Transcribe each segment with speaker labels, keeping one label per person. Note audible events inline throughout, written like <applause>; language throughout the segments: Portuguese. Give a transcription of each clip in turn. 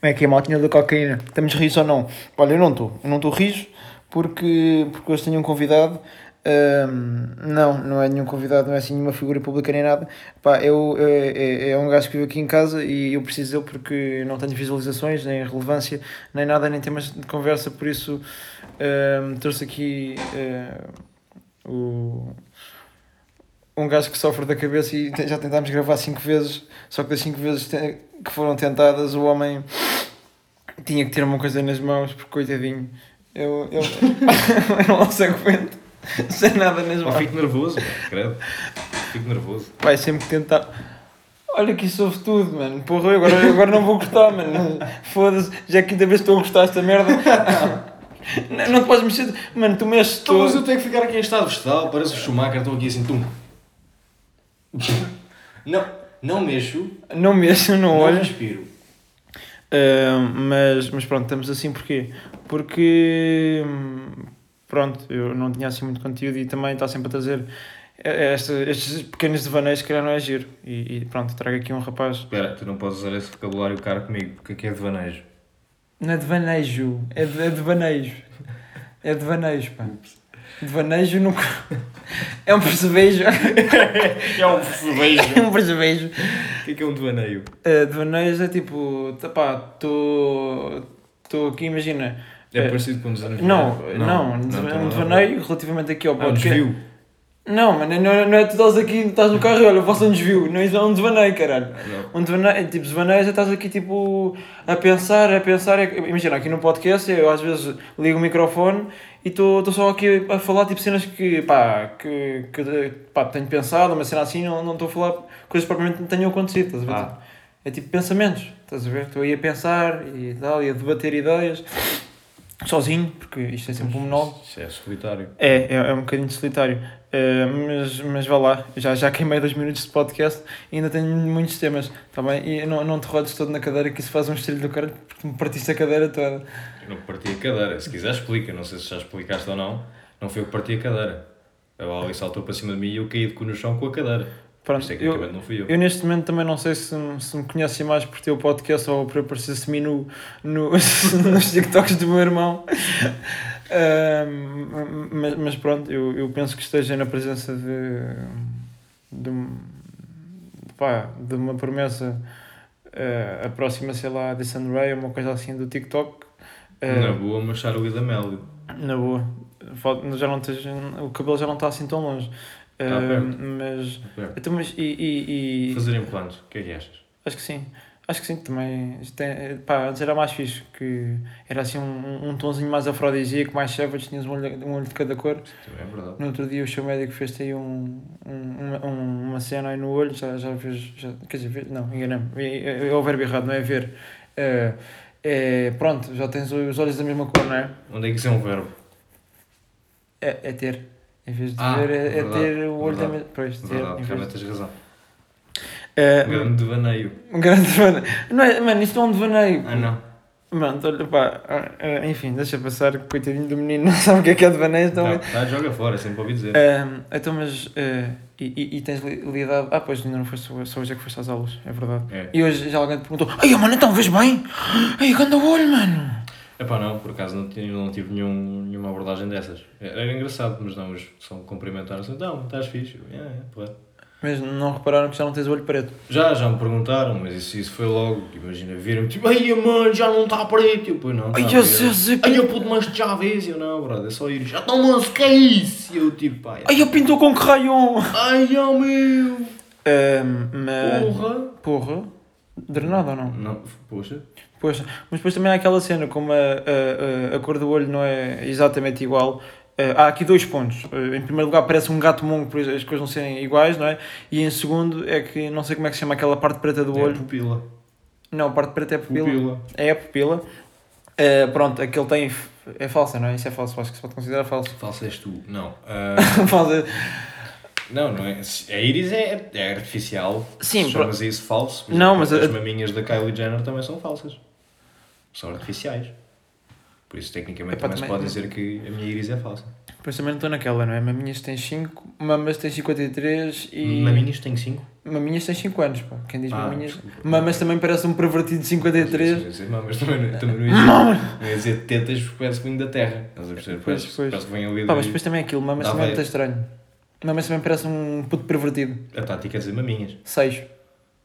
Speaker 1: Como é que é a maltinha da cocaína? Estamos risos ou não? Olha, eu não estou. Eu não estou riso porque, porque hoje tenho um convidado. Ahm, não, não é nenhum convidado, não é assim nenhuma figura pública nem nada. Pá, eu, é, é- é um gajo que vive aqui em casa e eu preciso dele porque não tenho visualizações, nem relevância, nem nada, nem temas de conversa. Por isso, ahm, trouxe aqui ah, o, um gajo que sofre da cabeça e te- já tentámos gravar cinco vezes, só que das cinco vezes te- que foram tentadas, o homem tinha que ter uma coisa nas mãos, porque coitadinho, eu, <laughs> eu, eu não se aguento sem nada nas
Speaker 2: Eu
Speaker 1: mãos.
Speaker 2: fico nervoso, pá, credo. Fico nervoso.
Speaker 1: Vai sempre que tentar. Olha que isso houve tudo, mano. Porra, eu agora, eu agora não vou gostar, mano. Foda-se, já é a quinta vez que estou a gostar desta merda. <laughs> Não, não te podes mexer. Mano, tu mexes
Speaker 2: Então, mas
Speaker 1: todo.
Speaker 2: eu tenho que ficar aqui em estado vegetal, parece o Schumacher, estou aqui assim, tum. Não, não mexo,
Speaker 1: Não mexo, não
Speaker 2: não
Speaker 1: olhas.
Speaker 2: respiro.
Speaker 1: Uh, mas, mas pronto, estamos assim porquê? Porque hum, pronto, eu não tinha assim muito conteúdo e também está sempre a trazer eh, esta- estes pequenos devaneios que calhar não é giro. E, e pronto, trago aqui um rapaz.
Speaker 2: Espera, tu não podes usar esse vocabulário caro comigo, porque aqui é devanejo.
Speaker 1: Não é devanejo, é, de, é devanejo. É devanejo, pá. Devanejo nunca. <laughs> É um percevejo.
Speaker 2: É um percevejo.
Speaker 1: É um percevejo.
Speaker 2: O que é que é um devaneio?
Speaker 1: Uh, devaneios é tipo, tá pá, estou aqui, imagina.
Speaker 2: É
Speaker 1: É.
Speaker 2: parecido com um devaneio?
Speaker 1: Não, não,
Speaker 2: então
Speaker 1: um
Speaker 2: não.
Speaker 1: devaneio relativamente aqui ao
Speaker 2: Ah, um
Speaker 1: podcast.
Speaker 2: desvio.
Speaker 1: Não, mano, não, não é tu estás aqui, estás no carro e olha, faço um desvio. Não, isso é um desvaneio, caralho.
Speaker 2: Ah, não.
Speaker 1: Um desvaneio, tipo, desvaneio, já estás aqui, tipo, a pensar, a pensar. é que- Imagina, aqui no podcast, eu às vezes ligo o microfone e estou estou só aqui a falar, tipo, cenas que, pá, que, que pá, tenho pensado, uma cena assim, não não estou a falar coisas que propriamente não tenham acontecido, estás a ver?
Speaker 2: Ah.
Speaker 1: Tipo, É tipo pensamentos, estás a ver? Estou aí a pensar e tal, e a debater ideias, sozinho, porque isto é sempre um monólogo.
Speaker 2: Isso é solitário.
Speaker 1: É, é, é um bocadinho solitário. Eh, mas, mas vá lá, já, já queimei dois minutos de podcast e ainda tenho muitos temas, tá bem? E não, não te rodes todo na cadeira que isso faz um estrilho do cara porque me partiste a cadeira toda.
Speaker 2: Eu não parti a cadeira. Se quiser, explica. Não sei se já explicaste ou não. Não foi eu que parti a cadeira. A Bali saltou para cima de mim e eu caí de cu no chão com a cadeira. Por
Speaker 1: Pronto,
Speaker 2: isso é que
Speaker 1: eu,
Speaker 2: eu... não fui eu.
Speaker 1: eu neste momento também não sei se, me- se me conhecem mais por ter o podcast ou por eu aparecer semi-nu no, <laughs> nos TikToks do meu irmão. Ahm, mas, mas pronto, eu, eu penso que esteja na presença de, de, um- pá, de uma promessa eh, a próxima, sei lá, de Ray ou uma coisa assim do TikTok. Eh,
Speaker 2: Na boa, mas Charlie da Melio.
Speaker 1: na boa. Falta- Já não tens, o cabelo já não está assim tão longe.
Speaker 2: Está
Speaker 1: Ahm,
Speaker 2: perto.
Speaker 1: mas, então, mas e- e- e-
Speaker 2: Fazer implantes, o que é que achas?
Speaker 1: Acho que sim. Acho que sim, também. Isto tem- Pá, antes era mais fixe, que era assim um, um tonzinho mais afrodisíaco, mais savage, tinhas um olho, um olho de cada cor.
Speaker 2: Também é verdade.
Speaker 1: No outro dia o seu médico fez-te aí um, um- uma, um- uma cena aí no olho, já, já vês, já, quer dizer, vês- não, enganei-me, é, é- é o verbo errado, não é ver. É, é, pronto, já tens os olhos da mesma cor, não é?
Speaker 2: Onde é que isso é um verbo?
Speaker 1: É, é ter. Em vez de
Speaker 2: Ah,
Speaker 1: ver, é, é
Speaker 2: verdade,
Speaker 1: ter o olho da
Speaker 2: verdade.
Speaker 1: mesma... Pois, ter,
Speaker 2: Verdade,
Speaker 1: em vez de-
Speaker 2: realmente tens razão.
Speaker 1: É,
Speaker 2: Um grande devaneio.
Speaker 1: um grande <laughs> devaneio. Não é, mano, isto não é um devaneio.
Speaker 2: Ah, não.
Speaker 1: Mano, olha, pá, ah, ah, enfim, deixa passar, coitadinho do menino, <laughs> não sabe o que é que é de Vanessa, então.
Speaker 2: Tá, tá, joga fora, sempre ouvi dizer.
Speaker 1: Ah, então, mas. ah, e, e- e tens li- lidado. Ah, pois ainda não foste só- só hoje é que foste às aulas, é verdade.
Speaker 2: É.
Speaker 1: E hoje já alguém te perguntou: Ai, mano, então vês bem? Ai, ganda olho, mano!
Speaker 2: Epá, não, por acaso não, tive- não tive nenhum- nenhuma abordagem dessas. É, Era engraçado, mas não, os só me cumprimentaram assim, não, estás fixe. Eu, "É, é, porra."
Speaker 1: Mas não repararam que já não tens o olho preto.
Speaker 2: Já, já me perguntaram, mas isso, isso foi logo. Imagina, viram-me tipo, ai, mano, já não está preto. Eu, pois não, tá
Speaker 1: Ai,
Speaker 2: preto."
Speaker 1: Jesus, eu
Speaker 2: Ai,
Speaker 1: pinto-
Speaker 2: eu puto, mas tu já vês. Eu, não, brother, é só ir. Já estão manso, que é isso? E eu, tipo, pai,
Speaker 1: Ai, eu pintou com que rayon!
Speaker 2: ai, oh meu,
Speaker 1: Ah,
Speaker 2: É.
Speaker 1: mas.
Speaker 2: porra.
Speaker 1: Porra, drenado ou não?
Speaker 2: Não, poxa.
Speaker 1: Pois, mas depois também há aquela cena, como a, a, a- a cor do olho não é exatamente igual. eh, há aqui dois pontos. Eh, em primeiro lugar, parece um gato mongo por as coisas não serem iguais, não é? E em segundo, é que não sei como é que se chama aquela parte preta do
Speaker 2: É
Speaker 1: olho.
Speaker 2: pupila.
Speaker 1: Não, a parte preta é a pupila.
Speaker 2: Pupila.
Speaker 1: É a pupila. Eh, pronto, aquele tem. f- É falsa, não é? Isso é falso, acho que se pode considerar falso. <laughs> eh,
Speaker 2: Falso és tu. Não. Ah,
Speaker 1: Falsa.
Speaker 2: não, não é. A íris é, é artificial.
Speaker 1: Sim,
Speaker 2: Se chamas isso falso. por
Speaker 1: Não,
Speaker 2: exemplo,
Speaker 1: mas a-
Speaker 2: As maminhas da Kylie Jenner também são falsas. São artificiais. Por isso, tecnicamente,
Speaker 1: Epá,
Speaker 2: também se
Speaker 1: também-
Speaker 2: pode dizer que a minha íris é falsa.
Speaker 1: Depois também não estou naquela, não é? Maminhas tem 5, mamas tem 53 e.
Speaker 2: Maminhas tenho 5.
Speaker 1: Maminhas tem 5 anos, pá. Quem diz
Speaker 2: Ah,
Speaker 1: maminhas.
Speaker 2: desculpa.
Speaker 1: Mamas também parece um pervertido de
Speaker 2: Não
Speaker 1: 53.
Speaker 2: ia dizer Mamas também não, é, também
Speaker 1: <laughs>
Speaker 2: não ia dizer, não ia dizer tetas porque parece que vem da terra. Estás a perceber?
Speaker 1: Pois,
Speaker 2: Parece,
Speaker 1: pois.
Speaker 2: parece que vem ali.
Speaker 1: Pá,
Speaker 2: da
Speaker 1: mas depois também é aquilo. Mamas
Speaker 2: Dá
Speaker 1: também é
Speaker 2: bem.
Speaker 1: muito estranho. Mamas também parece um puto pervertido.
Speaker 2: A tática quer dizer maminhas.
Speaker 1: 6.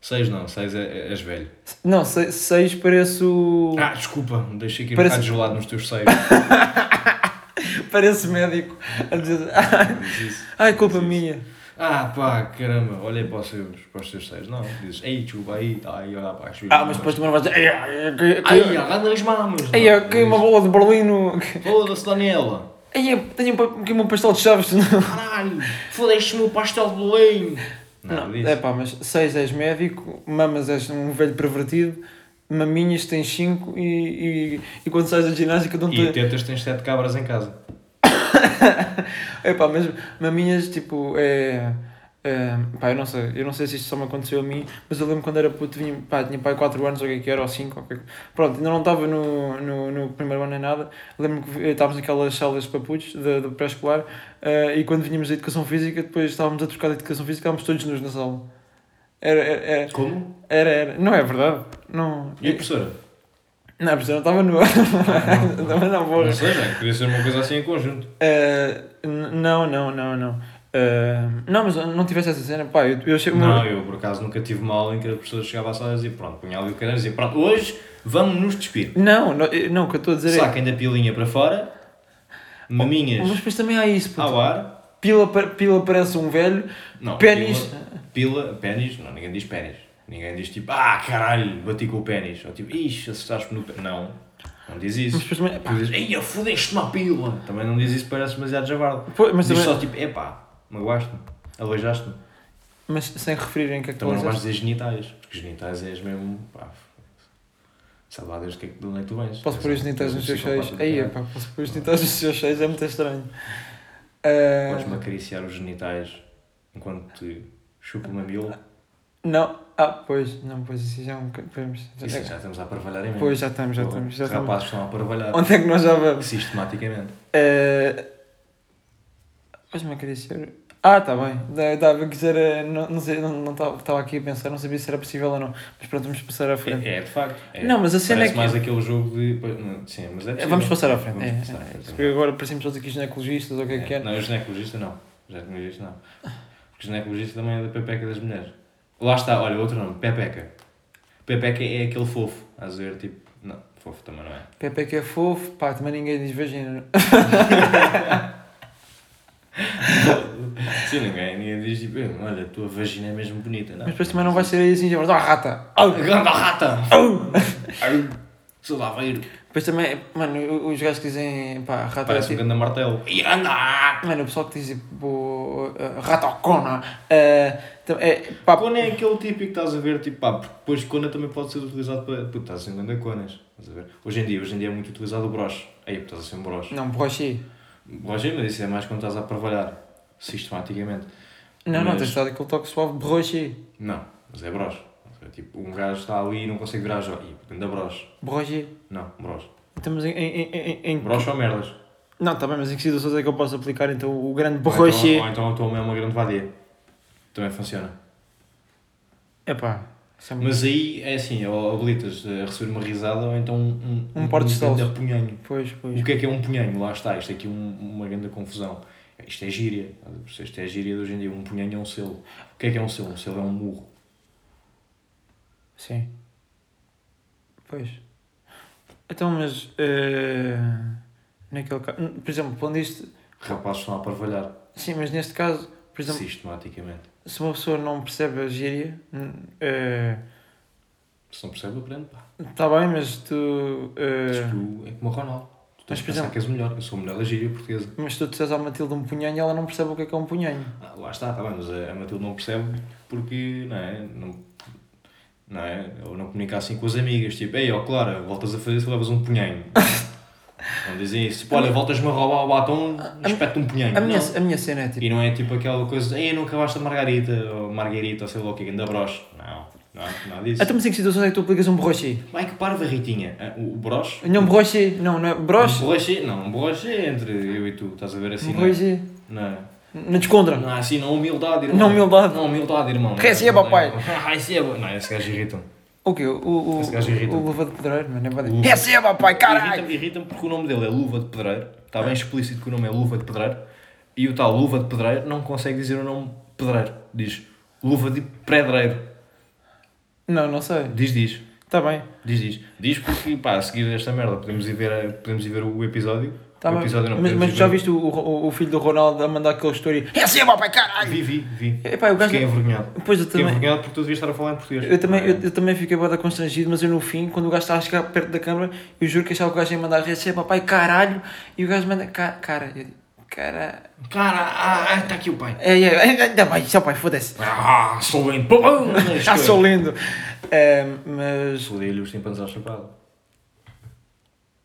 Speaker 2: Seis não, seis é, é- és velho.
Speaker 1: Não, 6 parece o.
Speaker 2: Ah, desculpa, me deixei aqui
Speaker 1: Parece-
Speaker 2: um bocado gelado nos teus
Speaker 1: <laughs>
Speaker 2: seios.
Speaker 1: Parece médico. A dizer. <laughs> "Ah,
Speaker 2: Diz isso.
Speaker 1: Ai, culpa minha.
Speaker 2: Ah, pá, caramba, olhei para os teus, para os teus seios. Não, dizes, ei, desculpa, aí, ai, olha para as
Speaker 1: Ah, mas depois também vais dizer. Ai, ai, que-
Speaker 2: Ai,
Speaker 1: que-
Speaker 2: arranda as mamas.
Speaker 1: Ai,
Speaker 2: não,
Speaker 1: eu caí uma bola de Berlino. <laughs>
Speaker 2: diz, Foda-se, Daniela.
Speaker 1: Ai, eu tenho um pa- aqui um pastel de chaves. <laughs> Não,
Speaker 2: Caralho, fodeste-me o pastel de bolinho.
Speaker 1: não
Speaker 2: Nada disso.
Speaker 1: é pá, mas 6 és médico, mamas és um velho pervertido, maminhas tens 5 e, e, e quando sais da ginástica
Speaker 2: E
Speaker 1: dão-te.
Speaker 2: tetas tens sete cabras em casa.
Speaker 1: É pá, mas maminhas, tipo, é. é, pá, eu não sei, eu não sei se isto só me aconteceu a mim, mas eu lembro quando era puto, vinha, pá, tinha pai 4 anos, ou o que é que era, ou 5, ou o que é que- Pronto, ainda não estava no, no, no primeiro ano nem nada. Lembro que eh, estávamos naquelas salas para putos, da- do pré-escolar, eh, e quando vinhamos da educação física, depois estávamos a trocar de educação física, estávamos todos nus na sala. Era, era, era,
Speaker 2: Como?
Speaker 1: era, era. não é verdade? Não,
Speaker 2: E a professora?
Speaker 1: não, a professora não estava <laughs> nua. Estava na porra.
Speaker 2: Não seja, podia ser uma coisa assim em conjunto.
Speaker 1: Eh, n- não, não, não, não. Eh, não, mas não tiveste essa cena, pá, eu, eu achei...
Speaker 2: Não, eu por acaso nunca tive uma aula em que a professora chegava à sala e dizia pronto, punha ali o caderno e dizia pronto, hoje vamos nos despir.
Speaker 1: Não, não, eu- não, o que eu estou a dizer é...
Speaker 2: Saquem da pilinha para fora,
Speaker 1: Mas
Speaker 2: maminhas
Speaker 1: depois também há isso, puto.
Speaker 2: ao ar.
Speaker 1: Pila, pa- pila parece um velho,
Speaker 2: Não,
Speaker 1: Pénis.
Speaker 2: Pila, pila pénis, não, ninguém diz pénis. Ninguém diz tipo, ah caralho, bati com o pénis. Ou tipo, ixi, acertaste-me no pénis. Não, não diz
Speaker 1: mas
Speaker 2: isso.
Speaker 1: depois também...
Speaker 2: Tu dizes, eia, fodeste-me à pila. Também não diz isso, parece demasiado javardo.
Speaker 1: Pô, mas,
Speaker 2: Diz
Speaker 1: também
Speaker 2: só tipo, epá, magoaste-me, aleijaste-me.
Speaker 1: mas sem referirem que é que
Speaker 2: Também não vais
Speaker 1: tu
Speaker 2: dizer genitais, porque genitais és mesmo. pá. Sabe lá Deus de, que, é que- de onde é que tu vens.
Speaker 1: Posso pôr os genitais nos seus
Speaker 2: um Psicopata
Speaker 1: cheios?
Speaker 2: do
Speaker 1: Aí,
Speaker 2: caralho.
Speaker 1: pá, posso pôr os genitais
Speaker 2: <laughs>
Speaker 1: nos seus cheios, é muito estranho. Eh,
Speaker 2: Podes-me acariciar os genitais enquanto te chupa o mamilo.
Speaker 1: não, ah, pois, não, pois, isso já é um bocado... podemos-
Speaker 2: Isso um já estamos a parvalhar em mim.
Speaker 1: Pois, já estamos, já estamos, já
Speaker 2: Os
Speaker 1: estamos.
Speaker 2: rapazes estão a parvalhar.
Speaker 1: Onde é que nós já vamos?
Speaker 2: Sistematicamente.
Speaker 1: Eh, Mas é me queria dizer. Ah, tá bem. Da- Dava a dizer. eh, Não, não sei, não estava aqui a pensar, não sabia se era possível ou não. Mas pronto, vamos passar à frente.
Speaker 2: É, é, de facto. É.
Speaker 1: Não, mas a cena
Speaker 2: Parece
Speaker 1: é que-
Speaker 2: mais aquele jogo de. pois, não, Sim, mas é
Speaker 1: Eh,
Speaker 2: possível.
Speaker 1: Vamos passar à frente.
Speaker 2: Vamos
Speaker 1: é,
Speaker 2: passar à
Speaker 1: é,
Speaker 2: frente.
Speaker 1: porque agora parecemos todos aqui ginecologistas ou o que é que é.
Speaker 2: Não, o ginecologista não. O ginecologista não. Porque o ginecologista também é da Pepeca das mulheres. Lá está, olha, outro nome, Pepeca. Pepeca é aquele fofo. Às vezes, tipo, não, fofo também
Speaker 1: <laughs>
Speaker 2: não é.
Speaker 1: Pepe que é fofo, pá, também ninguém diz vagina.
Speaker 2: Sim, ninguém, ninguém diz tipo, "Eh, olha, a tua vagina é mesmo bonita,
Speaker 1: <laughs>
Speaker 2: não.
Speaker 1: Mas depois também não vai ser aí assim, já mas, oh, rata! Au!
Speaker 2: Ganda rata!
Speaker 1: Au!
Speaker 2: Ai, Sou lá veiro.
Speaker 1: Depois também, mano, os gajos que dizem, pá, rata é
Speaker 2: Parece um
Speaker 1: tipo.
Speaker 2: ganda martelo. E anda rata!
Speaker 1: Mano, o pessoal que diz tipo, eh, rata ou cona, eh, tam- é, pá,
Speaker 2: Cona é aquele típico que estás a ver, tipo, pá, porque depois cona também pode ser utilizado para. Puto, estás a ser um ganda conas. Estás a ver? Hoje em dia, hoje em dia é muito utilizado o broche. Aí, puto, estás a ser um broche.
Speaker 1: não, broche.
Speaker 2: Lógico, mas isso é mais quando estás a parvalhar, sistematicamente.
Speaker 1: Não, não,
Speaker 2: Mas-
Speaker 1: tens de dar aquele toque suave, broche.
Speaker 2: Não, mas é broche. É Tipo, um gajo está ali e não consegue virar a joia. Ih, Anda broche.
Speaker 1: Borragia.
Speaker 2: Não, broche.
Speaker 1: Estamos em. em, em, em- em...
Speaker 2: Broche ou merdas.
Speaker 1: Não, está bem, mas em que situações é que eu posso aplicar então o grande
Speaker 2: Ou então,
Speaker 1: borroche?
Speaker 2: ou então a tua mãe é uma grande vadia. Também funciona.
Speaker 1: Epá, isso é muito.
Speaker 2: Mas aí é assim, ou habilitas a receber uma risada ou então um...
Speaker 1: Um par de estalos.
Speaker 2: grande punhanho.
Speaker 1: Pois, pois.
Speaker 2: O que é que é um punhanho? Lá está, isto aqui é um- uma grande confusão. Isto é gíria. Isto é gíria de hoje em dia. Um punhanho é um selo. O que é que é um selo? Um selo é um murro.
Speaker 1: Sim. Pois. Então, mas. eh, Naquele caso. Por exemplo, quando isto.
Speaker 2: Rapazes estão a parvalhar,
Speaker 1: Sim, mas é um- neste caso, por exemplo,
Speaker 2: sistematicamente.
Speaker 1: se uma pessoa não percebe a gíria. hum, eh,
Speaker 2: Se não percebe, aprende, pá.
Speaker 1: Está bem, mas tu. eh,
Speaker 2: Mas tu é como o Ronaldo. Tu
Speaker 1: Mas,
Speaker 2: tens de
Speaker 1: por exemplo-
Speaker 2: pensar que és o melhor. Eu sou o melhor da gíria portuguesa.
Speaker 1: Mas tu disseres à Matilde um punhanho e ela não percebe o que é que é um punhanho.
Speaker 2: Ah, lá está, está bem, mas a a Matilde não percebe porque, não é? Não, não é? Ou não comunica assim com as amigas, tipo, ei, ó Clara, voltas a fazer isso, levas um punhanho. <laughs> não dizem isso. Tipo, olha, voltas-me a roubar o batom, espeto um punhanho.
Speaker 1: A minha,
Speaker 2: Não.
Speaker 1: a minha cena é tipo.
Speaker 2: E não é tipo aquela coisa, ei, nunca basta Margarita, ou Margarita, ou sei lá o que, ainda broche. Não, não,
Speaker 1: <laughs>
Speaker 2: nada disso.
Speaker 1: Então, mas em que situações é que tu aplicas um borroche?
Speaker 2: Vai que parva, Ritinha. Ah, O, o broche...
Speaker 1: Não, um broche, não, não é.
Speaker 2: Um
Speaker 1: Broche? Uhum.
Speaker 2: borrache- não, um borrache é entre eu e tu, estás a ver assim,
Speaker 1: Broche.
Speaker 2: na, na,
Speaker 1: Na descontra.
Speaker 2: Não, assim, não humildade, irmão.
Speaker 1: Não humildade. é assim,
Speaker 2: Não humildade, irmão. é
Speaker 1: Receba, pai.
Speaker 2: <laughs> Receba. Não, esse gajo irrita-me.
Speaker 1: O quê? O, o, o,
Speaker 2: Esse gajo irrita-me.
Speaker 1: o luva de pedreiro, mas nem vai
Speaker 2: Luva.
Speaker 1: dizer. Receba, pai, caralho!
Speaker 2: Irrita-me irrita porque o nome dele é Luva de Pedreiro. Está bem explícito que o nome é Luva de Pedreiro. E o tal Luva de Pedreiro não consegue dizer o nome Pedreiro. Diz Luva de Pedreiro.
Speaker 1: Não, não sei.
Speaker 2: Diz, diz.
Speaker 1: Está bem.
Speaker 2: Diz, diz. Diz porque, pá, a seguir esta merda podemos ir ver, podemos ir ver o episódio.
Speaker 1: Tá
Speaker 2: o
Speaker 1: bem.
Speaker 2: episódio
Speaker 1: mas,
Speaker 2: podemos
Speaker 1: mas
Speaker 2: ir
Speaker 1: já
Speaker 2: ver-
Speaker 1: viste o, o, o filho do Ronaldo a mandar aquele story? Receba, pai, caralho!
Speaker 2: Vi, vi, vi.
Speaker 1: Epá, o gajo-
Speaker 2: Fiquei envergonhado.
Speaker 1: Pois eu
Speaker 2: Fiquei
Speaker 1: também.
Speaker 2: envergonhado porque tu devias estar a falar em português.
Speaker 1: Eu também,
Speaker 2: Não é?
Speaker 1: eu, eu também fiquei boda constrangido, mas eu no fim, quando o gajo estava a chegar perto da câmara, eu juro que achava que o gajo ia mandar receba, pai, caralho, e o gajo manda, ca, cara, eu digo, cara,
Speaker 2: Cara, ah, está aqui o pai.
Speaker 1: é, é, é, ainda bem, já pai, foda-se,
Speaker 2: Ah, sou lindo.
Speaker 1: já Ah, sou lindo, Ehm, mas,
Speaker 2: Fodi-lhe os tímpanos à chapada.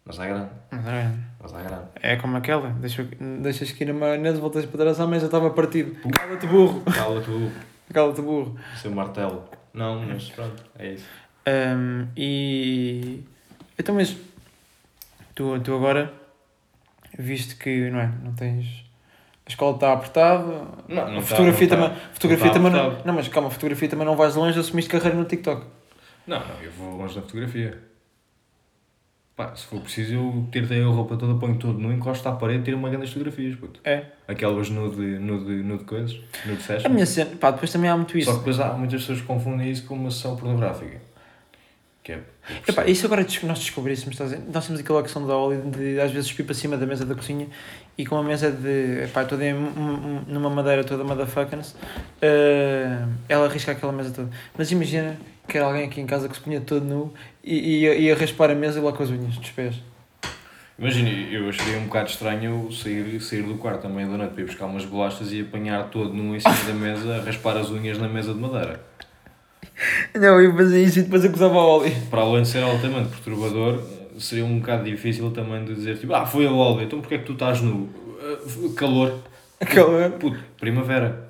Speaker 2: Mas à grande.
Speaker 1: mas olha,
Speaker 2: Mas à grande.
Speaker 1: é como aquela, deixa, deixas que ir na maionese, né, voltas para trás ah, à mesa, estava partido, cala-te burro,
Speaker 2: Cala tu,
Speaker 1: cala-te burro,
Speaker 2: seu martelo. Não, mas pronto, é isso.
Speaker 1: Ehm, e, então mas, tu, tu agora, visto que, não é, não tens... A escola está apertada,
Speaker 2: Não, não
Speaker 1: fotografia
Speaker 2: tá, não
Speaker 1: também,
Speaker 2: tá.
Speaker 1: fotografia
Speaker 2: Não tá
Speaker 1: também não,
Speaker 2: apertado.
Speaker 1: não, mas calma, fotografia também não vais longe, assumiste carreira no TikTok.
Speaker 2: Não, não, eu vou longe da fotografia. Pá, se for preciso, eu tiro daí a roupa toda, ponho tudo no encosto à parede e tiro uma grande fotografias, puto.
Speaker 1: É.
Speaker 2: Aquelas nude, nude, nude coisas, nude
Speaker 1: A
Speaker 2: fashion.
Speaker 1: minha cena, pá, depois também há muito
Speaker 2: Só que
Speaker 1: isso.
Speaker 2: depois há muitas pessoas que confundem isso com uma sessão pornográfica. Que é.
Speaker 1: Epá, isso agora des- nós descobríssemos, estás a ver? nós temos aquela questão da óleo de às vezes pipa acima da mesa da cozinha e com a mesa de, pá, toda em, um- um- numa madeira toda motherfuckers, eh, ela arrisca aquela mesa toda. Mas imagina que era alguém aqui em casa que se punha todo nu e, e, ia- ia raspar a mesa lá com as unhas dos pés.
Speaker 2: Imagina, eu acharia um bocado estranho eu sair, sair do quarto à meia da noite para ir buscar umas bolachas e apanhar todo nu em cima da mesa, a raspar as unhas na mesa de madeira.
Speaker 1: Não, eu fazia isso e depois acusava a óleo.
Speaker 2: Para além de ser altamente perturbador, seria um bocado difícil também de dizer tipo, ah, foi a Lola, então porque é que tu estás nu? Ah, Calor.
Speaker 1: Aquela...
Speaker 2: Puto, primavera.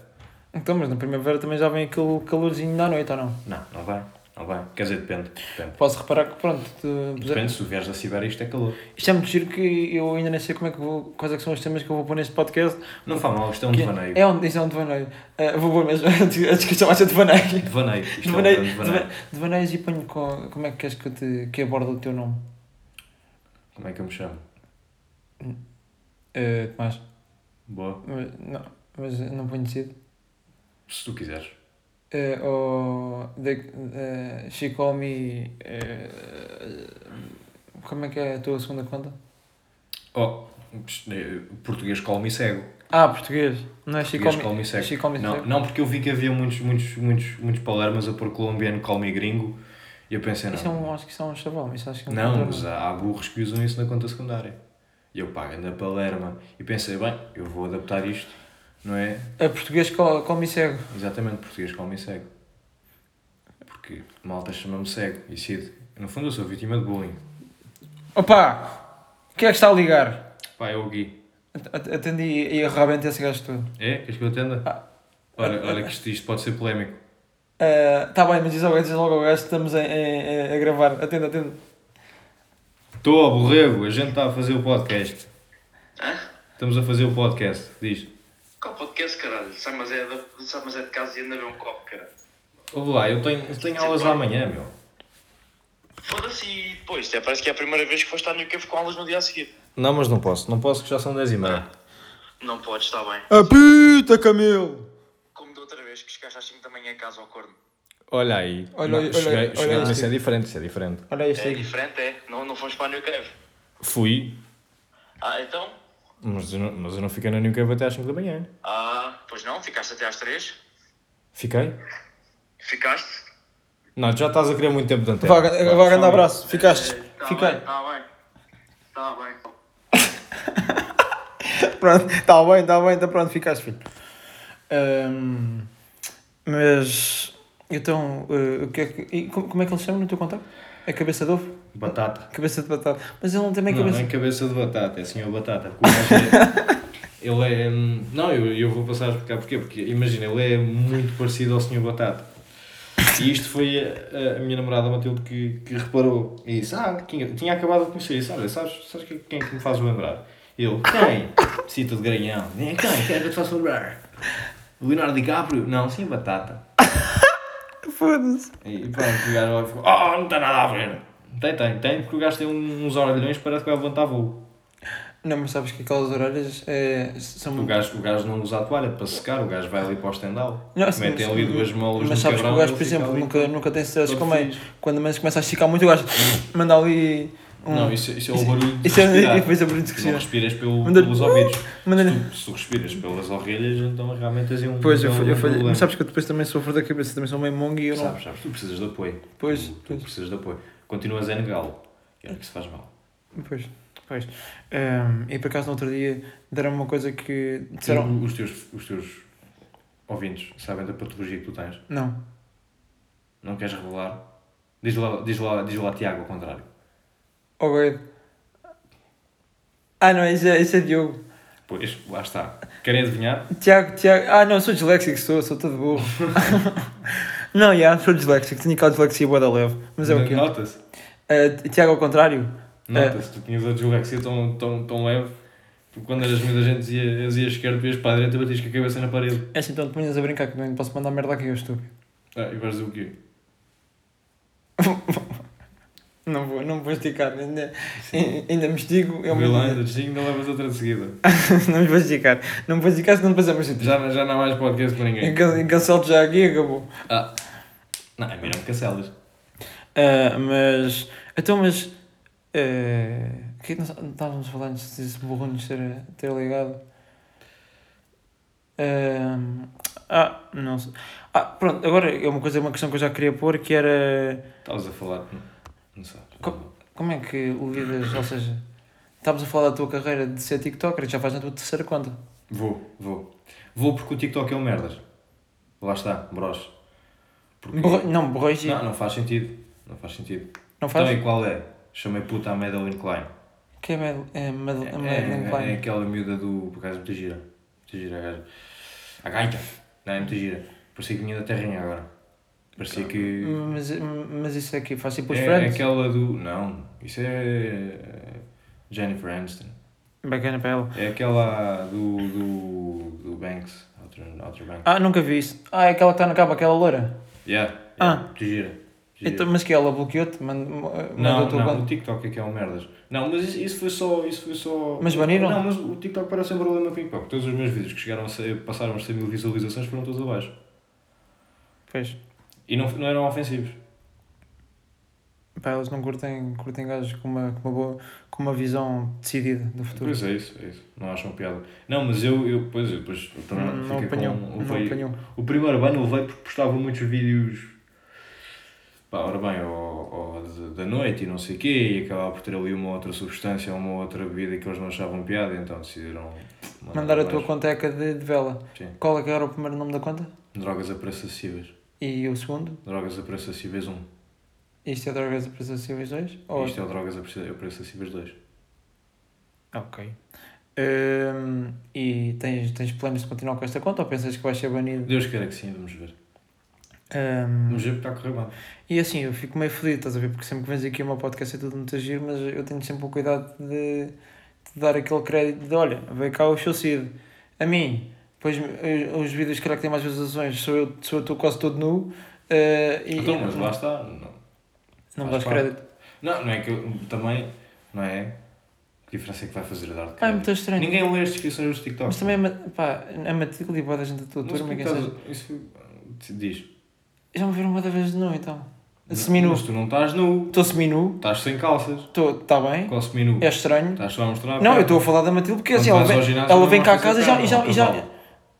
Speaker 1: Então, mas na primavera também já vem aquele calorzinho da noite, ou não?
Speaker 2: Não, não vai, não vai. Quer dizer, depende. Depende,
Speaker 1: Posso reparar que pronto, tu-
Speaker 2: depende se tu vieres da Sibéria isto é calor.
Speaker 1: isto é muito giro que eu ainda nem sei como é que vou, quais é que são os temas que eu vou pôr neste podcast.
Speaker 2: Não faz mal, isto é um devaneio.
Speaker 1: É onde isto é um devaneio. Ah, vou pôr mesmo, <laughs> a descrição vai ser devaneio.
Speaker 2: Devaneio. Isto é um
Speaker 1: Devaneio,
Speaker 2: grande devaneio.
Speaker 1: deva- devaneios e ponho com, como é que queres que eu te que abordo o teu nome?
Speaker 2: Como é que eu me chamo?
Speaker 1: Ah, Tomás,
Speaker 2: Boa.
Speaker 1: mas não, mas não ponho Cid.
Speaker 2: Se tu quiseres.
Speaker 1: Ah, ou de, ah, she call me. ah, como é que é a tua segunda conta?
Speaker 2: Oh, pss, eh, português calmo e cego.
Speaker 1: Ah, português. Não é she call
Speaker 2: Português
Speaker 1: me.
Speaker 2: calmo e cego.
Speaker 1: She call me
Speaker 2: Não,
Speaker 1: cego.
Speaker 2: não, porque eu vi que havia muitos, muitos, muitos, muitos palermas a pôr colombiano calmo e gringo e eu pensei, não.
Speaker 1: Isso é um, acho que isso é um chaval, mas isso acho que é um
Speaker 2: Não,
Speaker 1: problema.
Speaker 2: mas há, há burros que usam isso na conta secundária. E eu pago na Palerma. E pensei, bem, eu vou adaptar isto, não é?
Speaker 1: A português co- come e cego.
Speaker 2: Exatamente, português calmo e cego. Porque malta chama-me cego e Cid. No fundo eu sou vítima de bullying.
Speaker 1: Opa! Quem é que está a ligar?
Speaker 2: Pá, é o Gui.
Speaker 1: At- at- Atendi e e arrebentei esse gajo todo.
Speaker 2: É? Queres que eu atenda?
Speaker 1: Ah.
Speaker 2: Olha, olha que isto, isto pode ser polémico.
Speaker 1: Está Ah, tá bem, mas diz logo, diz logo ao gajo que estamos a, a- a- a gravar. Atenda, atenda.
Speaker 2: Estou a borrego, a gente está a fazer o podcast.
Speaker 3: Hã?
Speaker 2: Estamos a fazer o podcast, diz.
Speaker 3: Qual podcast, caralho? Sai, mas é, da- sai, mas é de casa e anda a ver um copo, caralho.
Speaker 2: Ouve lá, eu tenho, eu tenho aulas amanhã, meu.
Speaker 3: Foda-se e depois, até parece que é a primeira vez que foste à Newcave com aulas no dia a seguir.
Speaker 2: Não, mas não posso, não posso que já são 10 e meia.
Speaker 3: Não podes, está bem.
Speaker 1: Apita, Camilo!
Speaker 3: Como da outra vez que chegaste às 5 da manhã a casa ao corno.
Speaker 2: Olha aí.
Speaker 1: Olha,
Speaker 2: Não,
Speaker 1: olha,
Speaker 2: cheguei-
Speaker 1: olha,
Speaker 2: cheguei-
Speaker 1: olha
Speaker 2: mas isso
Speaker 1: isto.
Speaker 2: é diferente, isso é diferente.
Speaker 1: Olha este
Speaker 3: É
Speaker 1: aí.
Speaker 3: diferente, é? Não, não fomos para a Newcave.
Speaker 2: Fui,
Speaker 3: Ah, então?
Speaker 2: mas eu não, mas eu não fiquei na Newcave até às 5 da manhã.
Speaker 3: Ah, pois não, ficaste até às 3?
Speaker 2: Fiquei?
Speaker 3: Ficaste?
Speaker 2: Não, tu já estás a querer muito tempo de antena.
Speaker 1: Vá, Vá, vá, grande
Speaker 2: tchau,
Speaker 1: um abraço. Ficaste.
Speaker 3: Está É, tá bem,
Speaker 1: Fica.
Speaker 3: está bem. Está bem.
Speaker 1: Pronto, <laughs> está bem, está bem, está pronto, ficaste, filho. Ahm, mas, então, eh, o que é que. e como, como é que ele se chama no teu contacto? É cabeça de ovo?
Speaker 2: meu. Batata.
Speaker 1: Cabeça de batata. Mas ele não tem bem
Speaker 2: não,
Speaker 1: cabeça.
Speaker 2: não é cabeça de batata, é senhor batata. porque o gajo é- ele é. hum, Não, eu, eu vou passar a explicar porquê, porque imagina, ele é muito parecido ao senhor batata. E isto foi a, a minha namorada Matilde que, que reparou e disse: Ah, tinha, tinha acabado de conhecer isso. Olha, sabes, sabes que- quem é que me faz lembrar? Eu, quem? Cita de Granhão. Quem? Quero que eu te faça lembrar. Leonardo DiCaprio? Não, sim, batata.
Speaker 1: Foda-se.
Speaker 2: E pronto, o gajo olha e ficou, oh, não tem nada a ver. Tem, tem, tem, porque o gajo tem uns orelhões, parece que vai levantar voo.
Speaker 1: Não, mas sabes que aquelas orelhas eh, são.
Speaker 2: O gajo, o gajo não usa a toalha para secar, o gajo vai ali para o estendal.
Speaker 1: Não, assim,
Speaker 2: Metem ali duas molas
Speaker 1: Mas
Speaker 2: no
Speaker 1: sabes que
Speaker 2: cabrão
Speaker 1: o
Speaker 2: e
Speaker 1: gajo,
Speaker 2: ele
Speaker 1: por
Speaker 2: fica
Speaker 1: exemplo,
Speaker 2: ali.
Speaker 1: nunca, nunca tem stress
Speaker 2: todo
Speaker 1: com o meio.
Speaker 2: feliz.
Speaker 1: Quando mas começa a esticar muito, o
Speaker 2: <laughs>
Speaker 1: gajo manda ali. Um...
Speaker 2: Não, isso, isso é o barulho
Speaker 1: <laughs>
Speaker 2: de
Speaker 1: isso é-
Speaker 2: respirar.
Speaker 1: e depois é o barulho de
Speaker 2: Tu
Speaker 1: respirar.
Speaker 2: Não é respiras pelo,
Speaker 1: Manda-
Speaker 2: pelos ouvidos.
Speaker 1: manda-
Speaker 2: se, tu, se tu respiras pelas orelhas, então realmente tens aí um
Speaker 1: Pois, eu,
Speaker 2: um
Speaker 1: fa- eu falhei.
Speaker 2: problema.
Speaker 1: Mas sabes que eu depois também sofro da cabeça, também sou meio mongo e eu não.
Speaker 2: Sabes, sabes, tu precisas de apoio.
Speaker 1: Pois,
Speaker 2: tu, tu
Speaker 1: pois.
Speaker 2: precisas de apoio. Continuas a negá-lo, que é que se faz mal.
Speaker 1: Pois, pois. Ahm, e por acaso no outro dia deram uma coisa que disseram.
Speaker 2: E Os teus, os teus ouvintes sabem da patologia que tu tens.
Speaker 1: Não.
Speaker 2: Não queres revelar? Diz lá, diz lá, diz lá Tiago ao contrário.
Speaker 1: Oh, God. Ah, não, isso é, isso é Diogo.
Speaker 2: Pois, lá está. Querem adivinhar?
Speaker 1: Tiago, Tiago. Ah, não, sou disléxico, sou, sou todo burro. <laughs> não, já, sou disléxico, tenho aquela dislexia boa da leve. Mas é o quê?
Speaker 2: Nota-se.
Speaker 1: Ah, Tiago, ao contrário.
Speaker 2: Nota-se. Tu tinhas a dislexia tão, tão, tão leve. que Quando eras miúdo a gente dizia, eu dizia esquerda, tu ias para a direita e batias com a cabeça na parede.
Speaker 1: É assim, então te punhas a brincar comigo, não posso mandar merda aqui, eu estúpido.
Speaker 2: Ah, e vais dizer o quê?
Speaker 1: Não vou, não vou esticar, ainda, ainda me estigo. Eu
Speaker 2: Vê lá,
Speaker 1: me...
Speaker 2: ainda te xingo, não levas outra de seguida.
Speaker 1: <laughs> não me vou esticar. Não me vou esticar, senão depois é aparece o
Speaker 2: Já, já não há mais podcast para
Speaker 1: É.
Speaker 2: ninguém.
Speaker 1: Cancelo já aqui e acabou.
Speaker 2: Ah. Não, é melhor me cancelas.
Speaker 1: Ah, mas. Então, mas. ah, O que é que nós estávamos falando antes desse burro nos ter, ter ligado? Ahm, ah, não sei. Ah, pronto, agora é uma coisa, uma questão que eu já queria pôr que era.
Speaker 2: Estavas a falar. não- Não sei.
Speaker 1: Co- Como é que lidas? Ou seja, estávamos a falar da tua carreira de ser TikToker e já faz na tua terceira conta.
Speaker 2: Vou, vou. Vou porque o TikTok é um merdas. Lá está, broche. Porque-
Speaker 1: Borro- não, borroji.
Speaker 2: Não,
Speaker 1: Não,
Speaker 2: não faz sentido. Não faz sentido.
Speaker 1: faz?
Speaker 2: Então e qual é? Chamei puta a Madeline Klein.
Speaker 1: Que é Mad- é Mad- é Madeleine
Speaker 2: É, é, é
Speaker 1: Klein.
Speaker 2: aquela miúda do. Por acaso, muito gira. Muito gira a gaja. A gaita! Não, é muito gira. Parecia que vinha da terrinha agora. Parecia que.
Speaker 1: Mas, mas isso aqui faz tipo os
Speaker 2: É
Speaker 1: Hum, friends.
Speaker 2: aquela do. Não, isso é. eh, Jennifer Aniston.
Speaker 1: Bacana para ela.
Speaker 2: É aquela do. do, do Banks. Outro, outro Banks.
Speaker 1: Ah, nunca vi isso. Ah, é aquela que está na capa, aquela loira.
Speaker 2: Yeah, yeah,
Speaker 1: Ah.
Speaker 2: muito gira. muito gira.
Speaker 1: Então, mas que ela bloqueou-te? mand- Mandou-te
Speaker 2: Não,
Speaker 1: o
Speaker 2: não,
Speaker 1: conto?
Speaker 2: o TikTok é que é um merdas. Não, mas isso, isso foi só. Isso foi só...
Speaker 1: Mas baniram?
Speaker 2: Não, mas o TikTok parece um problema com o TikTok. Todos os meus vídeos que chegaram a ser, passaram as 100 mil visualizações foram todos abaixo.
Speaker 1: Pois.
Speaker 2: E não, não eram ofensivos.
Speaker 1: Pá, elas não curtem, curtem gajos com uma, com, uma boa, com uma visão decidida do futuro.
Speaker 2: Pois é isso, é isso. Não acham piada. Não, mas eu, eu pois eu, pois, eu também
Speaker 1: não não
Speaker 2: fiquei
Speaker 1: apanhou.
Speaker 2: com- um,
Speaker 1: não
Speaker 2: levei-
Speaker 1: apanhou.
Speaker 2: O primeiro ban eu levei porque postava muitos vídeos. Pá, ora bem, ao- ao de- da noite e não sei o quê, e acabava por ter ali uma outra substância ou uma outra bebida que eles não achavam piada, então decidiram
Speaker 1: Mandar a
Speaker 2: abaixo.
Speaker 1: tua conteca de, de vela.
Speaker 2: Sim.
Speaker 1: Qual é que era o primeiro nome da conta?
Speaker 2: Drogas a preços acessíveis.
Speaker 1: E o segundo?
Speaker 2: Drogas assim, a preços acessíveis 1.
Speaker 1: Isto é Drogas Apreciáveis 2? Ou...
Speaker 2: Isto é o Drogas a preços a preços acessíveis 2.
Speaker 1: é- Ok. Hum, e tens, tens planos de continuar com esta conta ou pensas que vais ser banido?
Speaker 2: Deus queira que sim, vamos ver.
Speaker 1: Hum,
Speaker 2: Vamos ver porque está a correr mal.
Speaker 1: E assim, eu fico meio fodido, estás a ver? Porque sempre que vens aqui ao meu podcast é tudo muito giro, mas eu tenho sempre o cuidado de, de dar aquele crédito de olha, veio cá o Chocido, a mim, pois eh, os vídeos que calhar que têm mais visualizações sou eu, sou eu estou quase todo nu. eh, e,
Speaker 2: Então,
Speaker 1: e
Speaker 2: mas
Speaker 1: não-
Speaker 2: lá está. Não,
Speaker 1: Não me dás
Speaker 2: faz parte.
Speaker 1: crédito.
Speaker 2: não, não é que eu também. Não é? Que diferença é que vai fazer a dar de
Speaker 1: Ah, é
Speaker 2: crédito?
Speaker 1: muito estranho.
Speaker 2: Ninguém lê as descrições dos TikToks.
Speaker 1: Mas também, a ma- pá, a matrícula e boa da gente da tua
Speaker 2: Mas
Speaker 1: turma,
Speaker 2: por
Speaker 1: quem
Speaker 2: acaso,
Speaker 1: seja.
Speaker 2: isso te diz.
Speaker 1: Já me viram uma da vez de nu, então. Seminu.
Speaker 2: Mas tu não estás nu,
Speaker 1: Estou seminu,
Speaker 2: estás sem calças.
Speaker 1: estou, está bem,
Speaker 2: Qual seminu?
Speaker 1: é estranho.
Speaker 2: Estás só a mostrar. a
Speaker 1: Não, eu
Speaker 2: perna.
Speaker 1: estou a falar da Matilde porque
Speaker 2: Quando
Speaker 1: assim, ela
Speaker 2: vais ao
Speaker 1: vem,
Speaker 2: ginásio,
Speaker 1: ela
Speaker 2: não
Speaker 1: vem cá a
Speaker 2: vais fazer
Speaker 1: casa e já, e já,
Speaker 2: perna,
Speaker 1: e já-
Speaker 2: cavalo.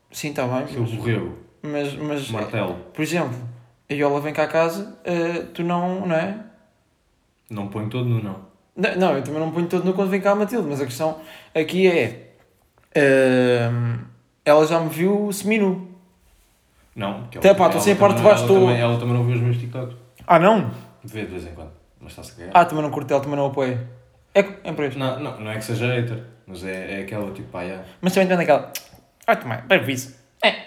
Speaker 1: Sim, está bem.
Speaker 2: Seu borrego,
Speaker 1: Mas, mas
Speaker 2: martelo.
Speaker 1: por exemplo, a Iola vem cá a casa, eh, tu não, não é?
Speaker 2: Não ponho todo nu, não.
Speaker 1: Não, não, eu também não ponho todo no quando vem cá a Matilde, mas a questão aqui é. ehm, ela já me viu seminu.
Speaker 2: Não, porque
Speaker 1: Tá, pá,
Speaker 2: também-
Speaker 1: tô sem a parte de
Speaker 2: também-
Speaker 1: baixo,
Speaker 2: ela
Speaker 1: tô-
Speaker 2: também- Ela também não vê os meus TikToks.
Speaker 1: Ah, não?
Speaker 2: Vê de vez em quando, mas está-se a cagar.
Speaker 1: Ah, também não curto ela, também não apoia. É, é por isso.
Speaker 2: Não, não, não é que seja hater, mas é, é aquela tipo, pá, yeah.
Speaker 1: Mas também tem aquela. Ah, também, bem visto. É.
Speaker 2: Não.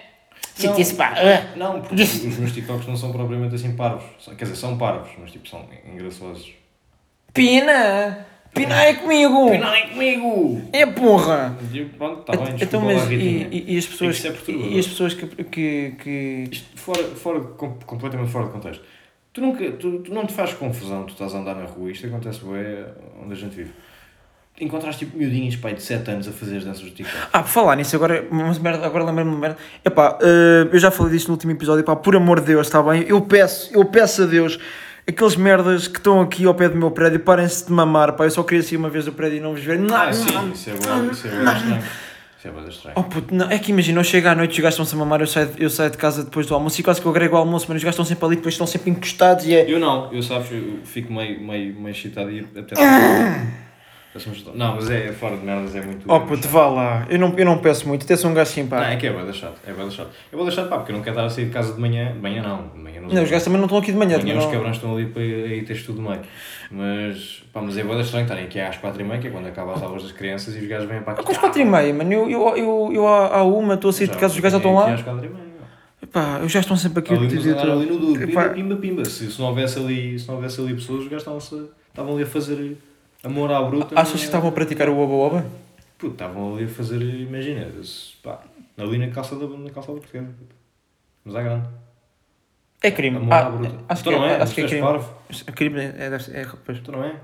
Speaker 1: Senti-se pá. ah.
Speaker 2: Não, porque <laughs> os meus TikToks não são propriamente assim parvos. São- Quer dizer, são parvos, mas tipo, são engraçosos.
Speaker 1: Pina! Pinar é comigo!
Speaker 2: Pinai comigo!
Speaker 1: É porra!
Speaker 2: E pronto, tá. está bem,
Speaker 1: então,
Speaker 2: desculpa lá,
Speaker 1: mas e,
Speaker 2: Ritinha.
Speaker 1: e- e as pessoas,
Speaker 2: Isso é perturbador.
Speaker 1: e as pessoas que, que, que-
Speaker 2: Isto fora, fora, de- com- completamente fora de contexto. Tu, nunca, tu, tu não te faz confusão, tu estás a andar na rua, isto acontece bem onde a gente vive. Encontraste tipo miudinhas, pai, de 7 anos a fazer as danças do TikTok.
Speaker 1: Ah, por falar nisso, agora, mas merda, agora lembrei-me de uma merda. Epá, eh, eu já falei disto no último episódio, epá, por amor de Deus, está bem? Eu peço, eu peço a Deus, aqueles merdas que estão aqui ao pé do meu prédio, parem-se de mamar, pá, eu só queria sair uma vez do prédio e não vos ver. Não,
Speaker 2: Ah,
Speaker 1: não.
Speaker 2: sim, isso é bem, isso é
Speaker 1: Ah.
Speaker 2: bué estranho. Isso é bem estranho.
Speaker 1: Oh puto, não, é que imagina, eu chego à noite, os gajos estão-se a mamar, eu saio, eu saio de casa depois do almoço e quase que eu agrego o almoço, mas os gajos estão sempre ali, depois estão sempre encostados e é...
Speaker 2: Eu não, eu sabes, eu fico meio, meio, meio excitado e até.
Speaker 1: <coughs>
Speaker 2: Parece-me chato. Não, mas é, é fora de merdas, é muito.
Speaker 1: Oh puto, vá lá, eu não, eu não peço muito, até sou um gajo simpático.
Speaker 2: Não, é que é bem chato, é bem chato. É bem chato, pá, porque eu não quero estar a sair de casa de manhã, de manhã não, de manhã não. é
Speaker 1: Não, os gajos também não estão aqui de manhã,
Speaker 2: Amanhã
Speaker 1: também
Speaker 2: os
Speaker 1: não-
Speaker 2: cabrões estão ali para aí teres tudo meio. Mas, pá, mas é boa estranho estarem aqui às 4h30, que é quando acaba as aulas das crianças e os gajos vêm para aqui.
Speaker 1: Às quatro e meia, mano, eu, eu, eu, eu à, à uma estou a sair de casa, é os gajos já estão lá.
Speaker 2: Às 4h30.
Speaker 1: Epá, os gajos estão sempre aqui.
Speaker 2: Ali,
Speaker 1: eu eh, te
Speaker 2: nos
Speaker 1: digo,
Speaker 2: andaram ali no duro, pimba,
Speaker 1: epá,
Speaker 2: pimba, pimba. Se, se, não houvesse ali, se não houvesse ali pessoas, os gajos estavam-se- estavam ali a fazer amor à bruta.
Speaker 1: Achas
Speaker 2: não
Speaker 1: que
Speaker 2: é?
Speaker 1: estavam a praticar o oba-oba?
Speaker 2: Puto, estavam ali a fazer, imagina, se- pá, ali na calçada, na calçada portuguesa. puto. Mas à grande.
Speaker 1: É crime.
Speaker 2: Amor à
Speaker 1: Ah,
Speaker 2: bruta.
Speaker 1: acho que
Speaker 2: tu não
Speaker 1: é,
Speaker 2: é?
Speaker 1: acho que é
Speaker 2: Tu és
Speaker 1: crime.
Speaker 2: parvo.
Speaker 1: É crime, é, deve ser- é, pois.
Speaker 2: Tu não é?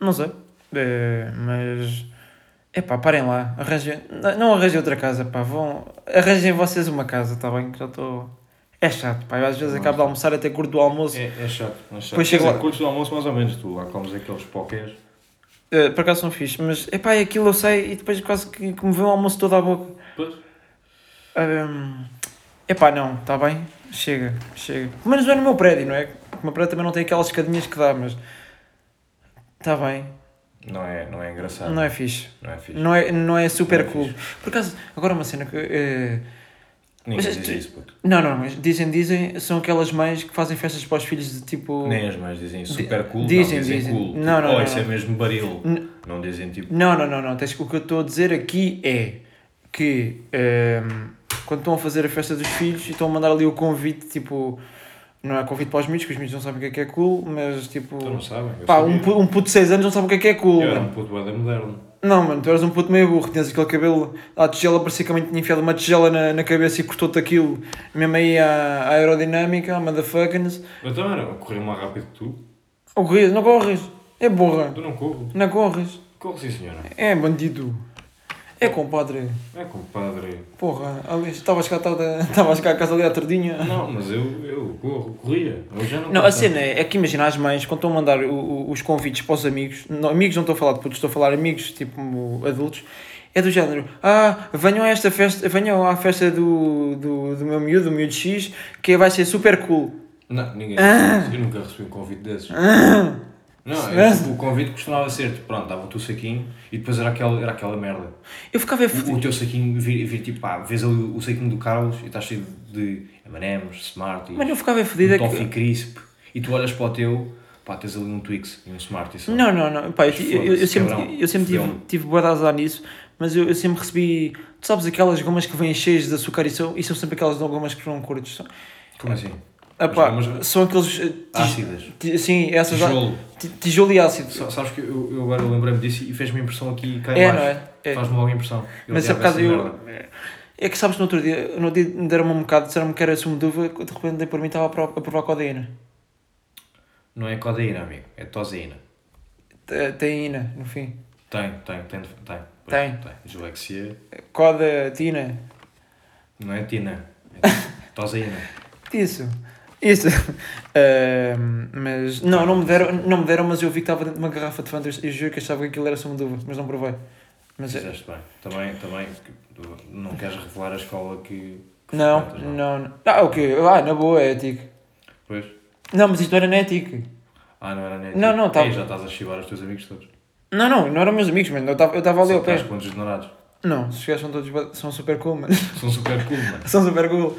Speaker 1: Não sei. É, mas. Epá, parem lá. Arranjem. não- Não arranjem outra casa, pá. Vão. Arranjem vocês uma casa, está bem? Que já estou. É chato, pá. Eu às vezes
Speaker 2: Não,
Speaker 1: acabo de almoçar até curto do almoço.
Speaker 2: É, é chato, é chato.
Speaker 1: Pois chega
Speaker 2: Quer
Speaker 1: lá-
Speaker 2: dizer, curtes do almoço mais ou menos, tu lá comes aqueles pokés.
Speaker 1: É, por acaso são fixe, mas epá, é aquilo eu sei e depois quase que, que me vê o almoço todo à boca.
Speaker 2: Pois.
Speaker 1: Hum, epá, não, está bem? Chega, chega. Pelo menos não é no meu prédio, não é? O meu prédio também não tem aquelas escadinhas que dá, mas. Está bem,
Speaker 2: Não é, não é engraçado.
Speaker 1: não é fixe.
Speaker 2: Não é fixe.
Speaker 1: Não é, não é super
Speaker 2: Não é
Speaker 1: cool. Por acaso, agora uma cena que. eh,
Speaker 2: Ninguém
Speaker 1: Mas
Speaker 2: diz
Speaker 1: tu-
Speaker 2: isso, puto.
Speaker 1: Não, não, mas dizem, dizem, são aquelas mães que fazem festas para os filhos de tipo.
Speaker 2: Nem as mães dizem super cool,
Speaker 1: dizem,
Speaker 2: não dizem,
Speaker 1: dizem.
Speaker 2: cool.
Speaker 1: Não, não,
Speaker 2: oh,
Speaker 1: não,
Speaker 2: isso é
Speaker 1: não.
Speaker 2: mesmo baril.
Speaker 1: N-
Speaker 2: Não dizem tipo.
Speaker 1: Não, não, não, não. tens- O que eu estou a dizer aqui é que ehm, quando estão a fazer a festa dos filhos e estão a mandar ali o convite, tipo, não é convite para os miúdos, que os miúdos não sabem o que é que é cool, mas tipo.
Speaker 2: Tu não sabem. eu
Speaker 1: Pá,
Speaker 2: sabia.
Speaker 1: um, pu- um puto de 6 anos não sabe o que é que é cool,
Speaker 2: Eu era
Speaker 1: mano.
Speaker 2: um puto bué da moderno.
Speaker 1: Não, mano, tu eras um puto meio burro, tinhas aquele cabelo à tigela, parecia que a mãe tinha enfiado uma tigela na, na cabeça e cortou-te aquilo, mesmo aí à, à aerodinâmica, à motherfuckers.
Speaker 2: Eu também era. Eu corri mais rápido que tu.
Speaker 1: Oh, Corres, não corres, é burra,
Speaker 2: Tu não corro.
Speaker 1: não corres,
Speaker 2: Corro sim, senhora.
Speaker 1: é bandido, é compadre.
Speaker 2: É compadre.
Speaker 1: Porra, ali estava a chegar, <laughs> tarde- estava a, chegar a casa ali à tardinha.
Speaker 2: Não, mas eu, eu corro, corria. Eu já não
Speaker 1: Não,
Speaker 2: corro
Speaker 1: a cena
Speaker 2: tanto.
Speaker 1: é, é que imagina as mães quando estão a mandar o- o- os convites para os amigos, não, amigos não estou a falar de putos, estou a falar amigos tipo adultos, é do género, ah, venham a esta festa, venham à festa do, do, do meu miúdo, do miúdo X, que vai ser super cool.
Speaker 2: Não, ninguém.
Speaker 1: Ah.
Speaker 2: disse isso. Eu nunca recebi um convite desses. Não, é tipo, o convite costumava ser, tipo, pronto, dava-te o saquinho e depois era aquela, era aquela merda.
Speaker 1: Eu ficava a
Speaker 2: O,
Speaker 1: foder.
Speaker 2: o teu saquinho, vir, vir, tipo, pá, vês ali o saquinho do Carlos e estás cheio de M&M's, Smart
Speaker 1: Mano, eu ficava a
Speaker 2: um
Speaker 1: foder é
Speaker 2: Toffee
Speaker 1: que...
Speaker 2: Crisp e tu olhas para o teu, pá, tens ali um Twix e um Smart e só.
Speaker 1: Não, não, não, pá, eu,
Speaker 2: Mas
Speaker 1: ti- eu- eu,
Speaker 2: foda-se,
Speaker 1: sempre,
Speaker 2: cabrão.
Speaker 1: eu sempre tive,
Speaker 2: Fudeu-me.
Speaker 1: tive boa de azar nisso, mas eu, eu sempre recebi, tu sabes aquelas gomas que vêm cheias de açúcar e são, e são sempre aquelas gomas que não curtes. São-
Speaker 2: Como assim?
Speaker 1: Ah pá,
Speaker 2: Mas gomas-
Speaker 1: são aqueles. eh, tij-
Speaker 2: Ácidas.
Speaker 1: ti- Sim, essas.
Speaker 2: Tijolo.
Speaker 1: ti- Tijolo e ácido.
Speaker 2: Sa- Sabes que eu, eu agora lembrei-me disso e fez-me impressão aqui cá em
Speaker 1: É,
Speaker 2: baixo.
Speaker 1: não é? É.
Speaker 2: Faz-me logo impressão.
Speaker 1: Mas é por
Speaker 2: odiava
Speaker 1: causa.
Speaker 2: essa
Speaker 1: Eu,
Speaker 2: merda.
Speaker 1: é que sabes, no outro dia, no outro dia me deram-me um bocado, disseram-me que era sumo de uva, de repente dei por mim estava a pro- a provar codeína.
Speaker 2: Não é codeína, amigo, é toseína.
Speaker 1: Te- Teína, no fim.
Speaker 2: Tem, tem, tem, tem. Pois,
Speaker 1: Tem.
Speaker 2: tem. Dislexia.
Speaker 1: Codeína.
Speaker 2: Não é tina.
Speaker 1: <laughs>
Speaker 2: É toseína.
Speaker 1: Isso. Isso. <laughs> Ahm, mas. Não, não me, deram, não me deram, mas eu vi que estava dentro de uma garrafa de Fanta e juro que achava que aquilo era sumo de uva, mas não provei. Mas. eh,
Speaker 2: Fizeste bem. Também, também, que tu não queres revelar a escola que. que
Speaker 1: Não,
Speaker 2: frequentas,
Speaker 1: não, não. Ah, o quê? Ah, na boa, é ético.
Speaker 2: Pois.
Speaker 1: Não, mas isto não era na ética.
Speaker 2: Ah, não era nem.
Speaker 1: Não, não, tá-
Speaker 2: Aí já estás a chivar os teus amigos todos.
Speaker 1: Não, não, não eram meus amigos, mano. Eu estava eu tava ali
Speaker 2: Só
Speaker 1: ao pé.
Speaker 2: estás com os degenerados.
Speaker 1: Não, os gajos são todos. ba- são super cool, mano. <laughs>
Speaker 2: São super cool, mano.
Speaker 1: são super cool.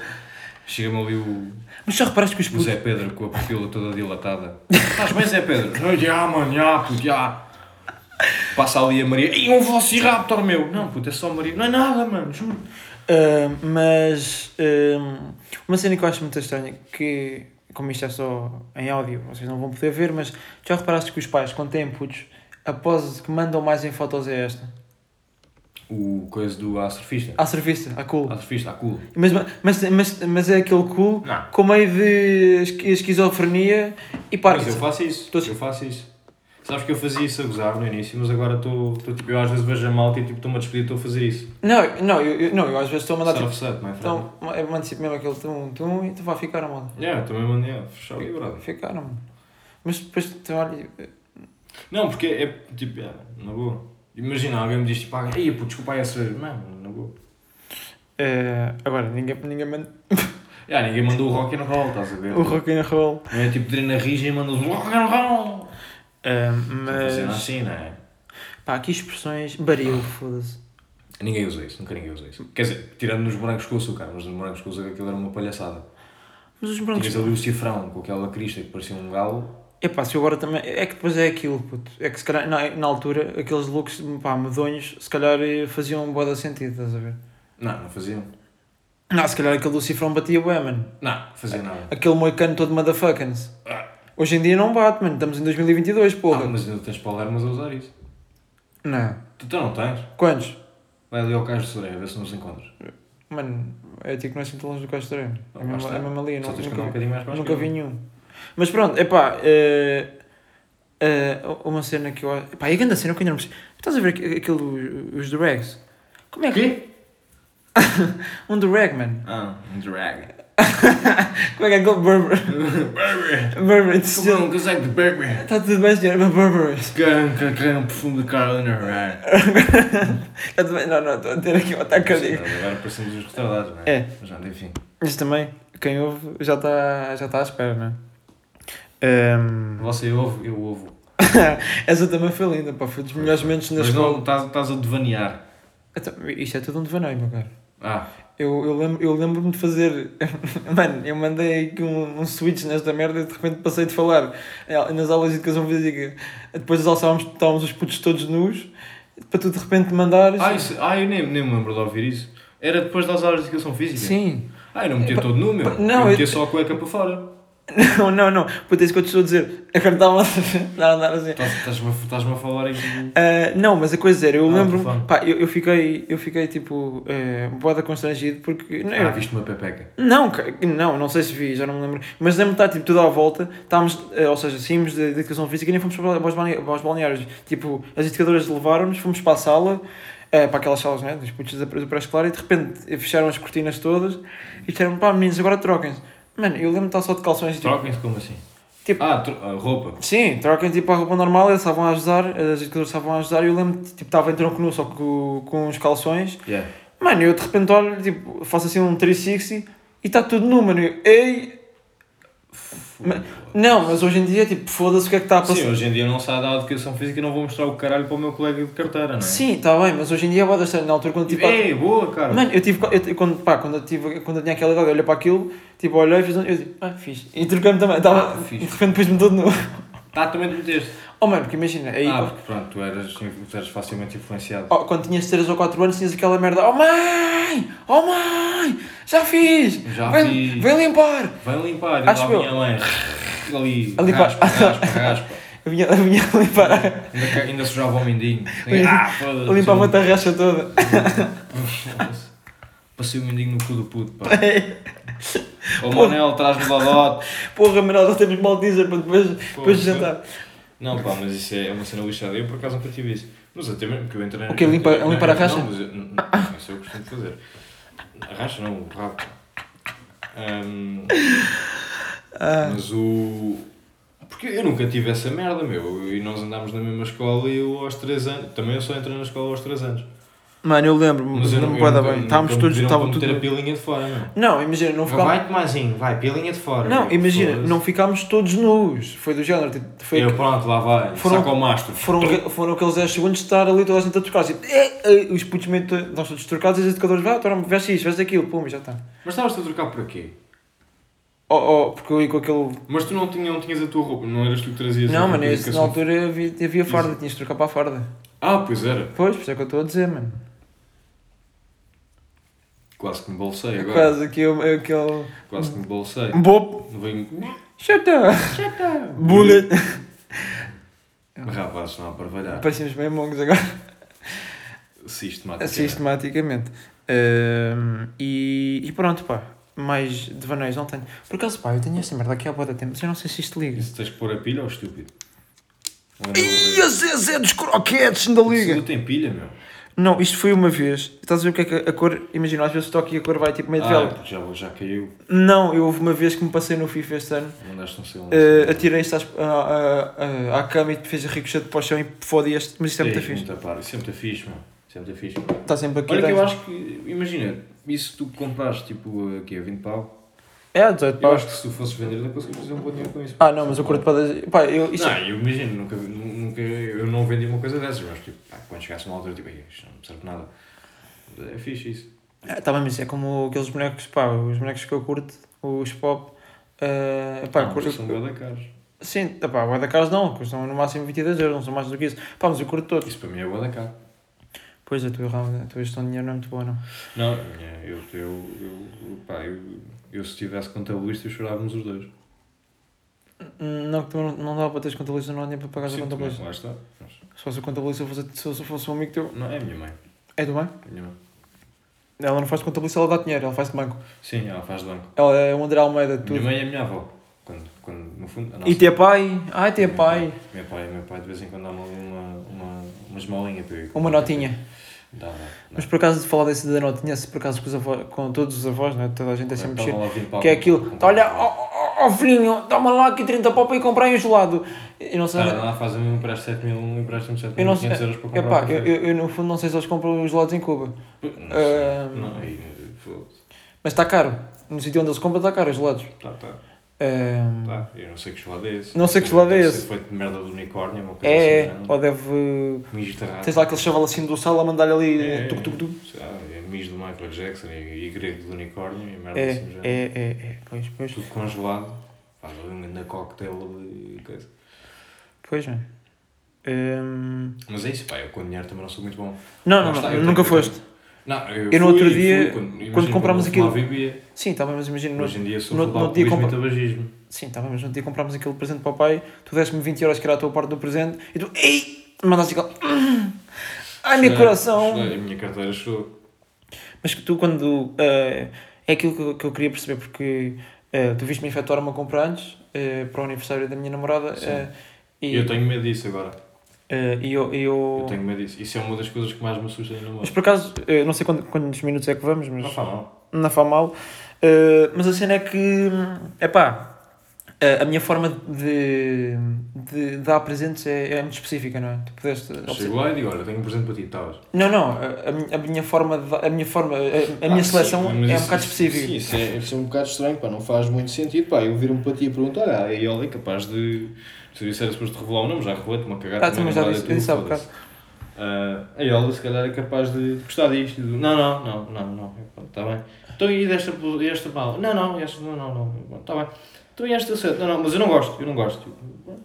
Speaker 2: Chega-me ali o,
Speaker 1: Mas já reparaste que os
Speaker 2: o
Speaker 1: putos.
Speaker 2: Zé Pedro com a pupila toda dilatada. Estás bem, Zé Pedro? Não, já, mano, já, puto, já. Passa ali a Maria. E um velociraptor, meu. Não, puto, é só Maria. Não é nada, mano, juro. é.
Speaker 1: Ah, mas. ah, uma cena que eu acho muito estranha, que. Como isto é só em áudio, vocês não vão poder ver, mas já reparaste que os pais, quando têm putos, A pose que mandam mais em fotos é esta.
Speaker 2: O coisa do a surfista.
Speaker 1: À surfista, à cool.
Speaker 2: A surfista, a cool.
Speaker 1: Mas, mas, mas, mas é aquele cool
Speaker 2: Não.
Speaker 1: com meio de esqui- esquizofrenia e
Speaker 2: Mas eu
Speaker 1: Parkinson.
Speaker 2: faço isso.
Speaker 1: Todos-
Speaker 2: Eu faço isso. Sabes que eu fazia isso a gozar no início, mas agora estou, estou, tipo, eu às vezes vejo a malta e tipo, estou-me a despedir, estou a fazer isso.
Speaker 1: Não, não, eu, eu- não, eu às vezes estou a mandar tipo,
Speaker 2: Self-set, my friend.
Speaker 1: então, eu mando sempre mesmo aquele tum, tum e tu vai ficar a moda.
Speaker 2: Yeah, também mandei, yeah, fechar ali, brother.
Speaker 1: Ficar a moda. Mas depois tu olha,
Speaker 2: Não, porque é tipo, yeah, na boa. Imagina, alguém me diz tipo, ah, ei, pô, desculpa aí essa vez. Mano, na boa.
Speaker 1: eh, agora ninguém, ninguém manda
Speaker 2: Yeah, ninguém mandou o rock and roll, estás a ver?
Speaker 1: o rock and roll.
Speaker 2: Não é tipo, Drena Rija e mandas um rock and roll.
Speaker 1: Eh,
Speaker 2: Funciona
Speaker 1: mas
Speaker 2: assim, não é?
Speaker 1: pá, aqui expressões baril, foda-se.
Speaker 2: Ninguém usa isso, nunca ninguém usa isso. Quer dizer, tirando nos morangos com açúcar, mas nos morangos com açúcar aquilo era uma palhaçada.
Speaker 1: Mas os
Speaker 2: Tinhas
Speaker 1: brancos.
Speaker 2: ali o cifrão com aquela crista que parecia um galo.
Speaker 1: Epá, se eu agora também. É que depois é aquilo, puto. É que se calhar na, na altura aqueles looks pá, medonhos se calhar eh, faziam um boa sentido, estás a ver?
Speaker 2: Não, não faziam.
Speaker 1: Não, se calhar aquele do cifrão batia bué, mano.
Speaker 2: Não, fazia nada.
Speaker 1: Aquele moicano todo motherfuckers. Hoje em dia não bate, mano. Estamos em 2022, porra.
Speaker 2: Ah, mas ainda tens palermas a usar isso.
Speaker 1: Não.
Speaker 2: Tu, tu não tens?
Speaker 1: Quantos?
Speaker 2: Vai ali ao cais de Soreia, a ver se nos encontras.
Speaker 1: Mano, é tipo que nós sinto longe do Castro. É
Speaker 2: Ah,
Speaker 1: mesmo
Speaker 2: lá
Speaker 1: é mesmo ali,
Speaker 2: Só
Speaker 1: não,
Speaker 2: tens que andar um
Speaker 1: nunca,
Speaker 2: bocadinho mais para a
Speaker 1: nunca vi
Speaker 2: esquerda.
Speaker 1: nenhum. Mas pronto, epá, eh, eh, uma cena que eu acho. Epá, e a grande cena que eu ainda não percebi. Estás a ver aqu- aquele, os drags? Como é que.
Speaker 2: Quê?
Speaker 1: Um drag, mano.
Speaker 2: Ah, um drag.
Speaker 1: Como é que é aquele
Speaker 2: <laughs>
Speaker 1: Burberry?
Speaker 2: Burberry!
Speaker 1: Burberry,
Speaker 2: Como é um casaco de Burberry?
Speaker 1: Está tudo bem, senhor? Mas Burberry.
Speaker 2: Can, can, can, perfume de Carolina Herrera.
Speaker 1: <laughs> Está tudo bem? Não, não, estou a ter aqui um ataque cardíaco.
Speaker 2: Agora parecemos os retardados, não é?
Speaker 1: É.
Speaker 2: Mas não, enfim.
Speaker 1: Mas também, quem ouve já está já tá à espera, não é? Ehm,
Speaker 2: Você ouve, eu ouvo.
Speaker 1: Essa também foi linda, pá. Foi dos melhores momentos na
Speaker 2: Mas não
Speaker 1: escola.
Speaker 2: estás estás a devanear.
Speaker 1: Então, isto é tudo um devaneio, meu caro.
Speaker 2: Ah,
Speaker 1: Eu, eu lembro-me eu lembro de fazer. <laughs> Mano, eu mandei aqui um, um switch nesta merda e de repente passei de falar eh, nas aulas de educação física. Depois alçávamos, estávamos os putos todos nus, para tu de repente mandares.
Speaker 2: ah, isso, ah eu nem, nem me lembro de ouvir isso. Era depois das aulas de educação física?
Speaker 1: Sim. <laughs>
Speaker 2: Ah, eu não metia todo nu, meu.
Speaker 1: É, não,
Speaker 2: eu metia
Speaker 1: eu-
Speaker 2: só a cueca para fora.
Speaker 1: Não, não, não. Puta, é isso que eu te estou a dizer. A carta estava <laughs> a andar assim.
Speaker 2: Estás- Estás-me a- estás-me a falar em que...
Speaker 1: Ah, não, mas a coisa era, eu
Speaker 2: Ah,
Speaker 1: lembro.
Speaker 2: tá bom.
Speaker 1: Pá, eu, eu fiquei, eu fiquei tipo. Uh, boada constrangido porque. Não,
Speaker 2: Ah,
Speaker 1: eu-
Speaker 2: viste uma pepeca.
Speaker 1: Não, ca- não, não sei se vi, já não me lembro. Mas lembro de estar tipo, tudo à volta, estávamos, eh, ou seja, saímos da da educação física e nem fomos para os balne- para os balneários. Tipo, as educadoras levaram-nos, fomos para a sala, eh, para aquelas salas, né, dos putos da do pré-escolar, e de repente eh, fecharam as cortinas todas e disseram, pá, meninos, agora troquem-se. Mano, eu lembro de estar só de calções, tipo,
Speaker 2: Troquem-se como assim?
Speaker 1: Tipo-
Speaker 2: Ah, tro- ah, roupa.
Speaker 1: Sim, troquem tipo a roupa normal, eles estavam a ajudar, as educadoras estavam a ajudar e eu lembro tipo, estava em tronco nu só com, com uns calções.
Speaker 2: Yeah.
Speaker 1: Mano, eu de repente olho, tipo, faço assim um 360 e está tudo nu, mano. Eu, ei! Ma- Não, mas hoje em dia, tipo, foda-se o que é que está a
Speaker 2: Sim,
Speaker 1: passar.
Speaker 2: hoje em dia não sai da educação física e não vou mostrar o caralho para o meu colega de carteira, não é?
Speaker 1: Sim, está bem, mas hoje em dia vai deixar na altura quando tipo. há-
Speaker 2: Ei, boa, cara.
Speaker 1: Mano, eu tive. Eu, quando, pá, quando eu, tive, quando eu tinha aquela idade, eu olhei para aquilo, tipo, olhei e fiz um. Eu digo, ah, fiz. E troquei-me também, tava,
Speaker 2: Ah, fixe.
Speaker 1: de repente pus-me todo nu. <laughs>
Speaker 2: Tá, também te meteste.
Speaker 1: Oh, mano, porque imagina, aí.
Speaker 2: ah, porque pronto, tu eras, tu eras facilmente influenciado.
Speaker 1: Oh, quando tinhas 3 ou 4 anos tinhas aquela merda, oh mãe, oh mãe, já fiz,
Speaker 2: Já
Speaker 1: vem,
Speaker 2: fiz."
Speaker 1: vem limpar.
Speaker 2: Vem limpar, e
Speaker 1: Acho
Speaker 2: lá
Speaker 1: eu.
Speaker 2: minha mãe. Ali,
Speaker 1: Ali com- <laughs>
Speaker 2: raspa, raspa, raspa.
Speaker 1: Eu vinha, eu <laughs> vinha
Speaker 2: Ah,
Speaker 1: limpar,
Speaker 2: Ainda, ca- ainda sujava o mendinho.
Speaker 1: Lim-
Speaker 2: Ah, foda-se.
Speaker 1: limpava a tarraxa toda.
Speaker 2: Foda-se. Passei o mendinho no cu do puto,
Speaker 1: <laughs>
Speaker 2: pá. Ô Manel, traz-me ladote.
Speaker 1: Porra, Manuel, já temos mal dizer para depois, depois de
Speaker 2: Porra.
Speaker 1: jantar.
Speaker 2: Não, pá, mas isso é uma cena lixada. Eu por acaso nunca tive isso. Mas até mesmo que eu entrei.
Speaker 1: O quê? Limpa-
Speaker 2: eu-
Speaker 1: limpar a racha?
Speaker 2: Não, mas eu, não, não, isso eu costumo fazer. A racha não, o rabo. Ahm, Mas o. Porque eu nunca tive essa merda, meu. E nós andámos na mesma escola e eu aos 3 anos. Também eu só entrei na escola aos 3 anos.
Speaker 1: Mano, eu lembro-me,
Speaker 2: Mas eu não
Speaker 1: lembro-me bué da bem, estávamos todos, estava
Speaker 2: estavam tudo.
Speaker 1: tudo...
Speaker 2: meter a pilinha de fora, meu.
Speaker 1: Não, imagina, não ficámos...
Speaker 2: Vai, Tomazinho, vai, pilinha de fora.
Speaker 1: Não,
Speaker 2: meu.
Speaker 1: imagina,
Speaker 2: Foda-se.
Speaker 1: não ficámos todos nus. Foi do género, tipo, foi...
Speaker 2: Eu, pronto, lá vai.
Speaker 1: Foram-
Speaker 2: Saca o mastro.
Speaker 1: Foram, foram aqueles 10 segundos de estar ali toda a gente a trocar. Tipo, eh, eh, os putos meio, to- nós todos trocados e os educadores, vá, ah, veste isto, veste aquilo, pum, e já está.
Speaker 2: Mas estavas-te a trocar por aqui?
Speaker 1: Oh, oh, porque eu ia com aquele
Speaker 2: Mas tu não, tinha, não tinhas a tua roupa, não eras tu que trazias a
Speaker 1: Não,
Speaker 2: tua
Speaker 1: mano, esse, na
Speaker 2: educação.
Speaker 1: altura havia, havia farda,
Speaker 2: é-
Speaker 1: tinhas de trocar para a farda.
Speaker 2: Ah, pois era.
Speaker 1: Pois, por isso é que eu estou a dizer, mano.
Speaker 2: Quase que me bolsei agora. Quase,
Speaker 1: É Quase aqui eu- aquele.
Speaker 2: que me bolsei.
Speaker 1: Bop!
Speaker 2: Não venho. <laughs>
Speaker 1: Shut up! Bullet!
Speaker 2: Rapazes, não há parvalhar.
Speaker 1: Parecemos meio mongos <laughs> agora.
Speaker 2: Sistemática.
Speaker 1: Assim, Sistematicamente. Ahm, e, e pronto, pá. Mais devaneios não tenho. Por acaso, pá, eu tenho esta merda aqui há boa da tempo, mas eu não sei se isto liga.
Speaker 2: Se tens que pôr a pilha ou estúpido?
Speaker 1: Ih, a Zezé dos croquetes da liga!
Speaker 2: Tudo tem pilha, meu.
Speaker 1: Não, isto foi uma vez. Estás a ver o que é que a- a cor. Imagina, às vezes estou aqui e a cor vai tipo meio de
Speaker 2: Ah, é
Speaker 1: vela.
Speaker 2: porque já, já caiu.
Speaker 1: Não, eu houve uma vez que me passei no FIFA este ano.
Speaker 2: Mandaste um selo.
Speaker 1: eh, atirei-se às- à, à- à- à cama e fez a ricochete para o chão e fodi este. Mas isto é muito
Speaker 2: Ei,
Speaker 1: fixe. um-
Speaker 2: muita par. Isso é muito fixe, meu. Isso é muito fixe.
Speaker 1: Está sempre aqui.
Speaker 2: Olha que eu
Speaker 1: dentro.
Speaker 2: acho que, imagina, isso tu compraste tipo aqui a 20 pau,
Speaker 1: É, 18
Speaker 2: eu
Speaker 1: paus.
Speaker 2: acho que se tu fosses vender não conseguias fazer um bom dinheiro com isso.
Speaker 1: Ah, não, mas eu curto para. dez- Pá, eu. é, Isto...
Speaker 2: Não, Ah, eu imagino, nunca, nunca, eu não vendi uma coisa dessas, mas tipo, pá, quando chegasse uma altura, tipo, "Ei, isto não me serve nada. É fixe isso.
Speaker 1: Ah, tá bem, mas é como aqueles bonecos, pá, os bonecos que eu curto, os pop. ah, pá,
Speaker 2: não,
Speaker 1: curto-
Speaker 2: mas são bué da caros.
Speaker 1: Sim, tá pá, guarda caras não, custam no máximo 22 euros, não são mais do que isso. Pá, mas eu curto todos.
Speaker 2: Isso para mim é bué da caro.
Speaker 1: Pois a tua, ra- a tua gestão de dinheiro não é muito boa, não.
Speaker 2: Não, a minha- eu, eu, eu, pá, eu, eu se tivesse contabilista, eu chorávamos os dois.
Speaker 1: Hum, Não, que também não, não dá para teres contabilista, não há dinheiro para pagar a
Speaker 2: Sim, também,
Speaker 1: contabilista.
Speaker 2: lá está. Mas-
Speaker 1: Se fosse o contabilista, eu fosse, se eu fosse um amigo teu,
Speaker 2: Não, é a minha mãe.
Speaker 1: é do bem?
Speaker 2: A minha mãe.
Speaker 1: Ela não faz contabilista, ela dá dinheiro, ela faz de banco.
Speaker 2: Sim, ela faz de banco.
Speaker 1: Ela é o André Almeida de
Speaker 2: Minha
Speaker 1: tudo.
Speaker 2: mãe é a minha avó. Quando, quando, no fundo, a
Speaker 1: E
Speaker 2: nossa-
Speaker 1: teu pai? Ai, teu pai.
Speaker 2: Meu pai, meu pai de vez em quando dá uma, uma, uma, uma esmolinha para eu ir
Speaker 1: Uma
Speaker 2: comprar.
Speaker 1: notinha.
Speaker 2: Dá, dá.
Speaker 1: Mas por acaso de falar desse da notinha, se por acaso com, os avós, com todos os avós, não é? toda a gente é sempre cheiro, que é aquilo,
Speaker 2: tipo
Speaker 1: tá, olha, ó oh, filhinho, dá-me lá aqui 30 pau para ir comprar um gelado. Eu não sei, é
Speaker 2: Está lá, fazem um empréstimo de 7 mil, um empréstimo de 7
Speaker 1: eu não
Speaker 2: mil,
Speaker 1: sei,
Speaker 2: 500 euros para comprar.
Speaker 1: epá,
Speaker 2: um
Speaker 1: eu,
Speaker 2: café.
Speaker 1: eu, eu no fundo não sei se eles compram os gelados em Cuba,
Speaker 2: Não sei,
Speaker 1: Ahm.
Speaker 2: não, aí, eh, foda-se.
Speaker 1: mas está caro, no sítio onde eles compram está caro os gelados.
Speaker 2: Tá, tá,
Speaker 1: Ahm,
Speaker 2: tá. Eu não sei que gelado é esse.
Speaker 1: Não sei que gelado é
Speaker 2: Deve
Speaker 1: esse.
Speaker 2: ser feito de merda do unicórnio, uma coisa
Speaker 1: é, é,
Speaker 2: assim. é?
Speaker 1: ou deve,
Speaker 2: Mijo de rato.
Speaker 1: tens lá aquele chaval assim do sal a mandar-lhe ali, eh,
Speaker 2: É, é,
Speaker 1: tuc, tuc, tuc.
Speaker 2: sei lá, é mijo do Michael Jackson e, e grego do unicórnio e merda
Speaker 1: É,
Speaker 2: assim. já.
Speaker 1: é, é, é, pois, pois,
Speaker 2: Tudo congelado. Faz ali um grande cocktail de coisa.
Speaker 1: pois, não. Ahm,
Speaker 2: Mas é isso, pá, eu com dinheiro também não sou muito bom.
Speaker 1: não,
Speaker 2: Lá
Speaker 1: não,
Speaker 2: está,
Speaker 1: não,
Speaker 2: eu
Speaker 1: nunca
Speaker 2: tenho- eu
Speaker 1: foste.
Speaker 2: Não,
Speaker 1: Eu no
Speaker 2: eu, fui,
Speaker 1: outro
Speaker 2: fui,
Speaker 1: dia,
Speaker 2: imagina,
Speaker 1: quando comprámos
Speaker 2: eu fumava,
Speaker 1: aquilo-
Speaker 2: bebia.
Speaker 1: Sim, tá bem, mas imagina, no-
Speaker 2: Hoje em dia sou
Speaker 1: no-
Speaker 2: no,
Speaker 1: no
Speaker 2: no
Speaker 1: dia
Speaker 2: dia
Speaker 1: compra-
Speaker 2: e tabagismo.
Speaker 1: Sim, estava mas no dia comprámos aquele presente para o pai, tu deste-me 20 euros que era a tua parte do presente e tu, ei, mandaste aquele, "Hum, ai meu
Speaker 2: Chorei,
Speaker 1: coração.
Speaker 2: chorei, a minha carteira chorou.
Speaker 1: Mas que tu quando, eh, é aquilo que eu, que eu queria perceber porque eh, tu viste-me efetuar uma compra antes eh, para o aniversário da minha namorada
Speaker 2: Sim.
Speaker 1: eh,
Speaker 2: E
Speaker 1: e
Speaker 2: eu tenho medo disso agora.
Speaker 1: eh, e eu, e eu-
Speaker 2: Eu tenho medo disso. Isso é uma das coisas que mais me assusta no
Speaker 1: mas
Speaker 2: mundo.
Speaker 1: por acaso, eh, não sei quando- quantos minutos é que vamos, mas
Speaker 2: Não fala mal.
Speaker 1: não faz mal. Uh, mas a cena é que, é pá, a minha forma de, de dar presentes é, é muito específica, não é? Tu pudeste.
Speaker 2: Chego lá e digo, olha, tenho um presente para ti, estavas.
Speaker 1: Não, não, a, a minha- a minha forma, de, dar- a minha forma, a, a minha seleção é um bocado específica.
Speaker 2: Sim, Ah, isso é,
Speaker 3: Deve ser um bocado estranho, pá, não faz muito sentido, pá. Eu viro-me para ti e pergunto, olha,
Speaker 2: é, ele é capaz de... Se eu disser depois de revelar o nome, já revelei-te uma cagada.
Speaker 1: Ah, tu, mas já
Speaker 2: namorada,
Speaker 1: disse-
Speaker 2: tudo,
Speaker 1: disse há
Speaker 2: foda-se. Ah, a Yola se calhar é capaz de gostar disto. e do- Não, não, não, não, não. É, Está bem. Então e desta, blu- e esta bala? Não, não, esta, não, não, não. Está bem. Então e esta set? Não, não, mas eu não gosto, eu não gosto.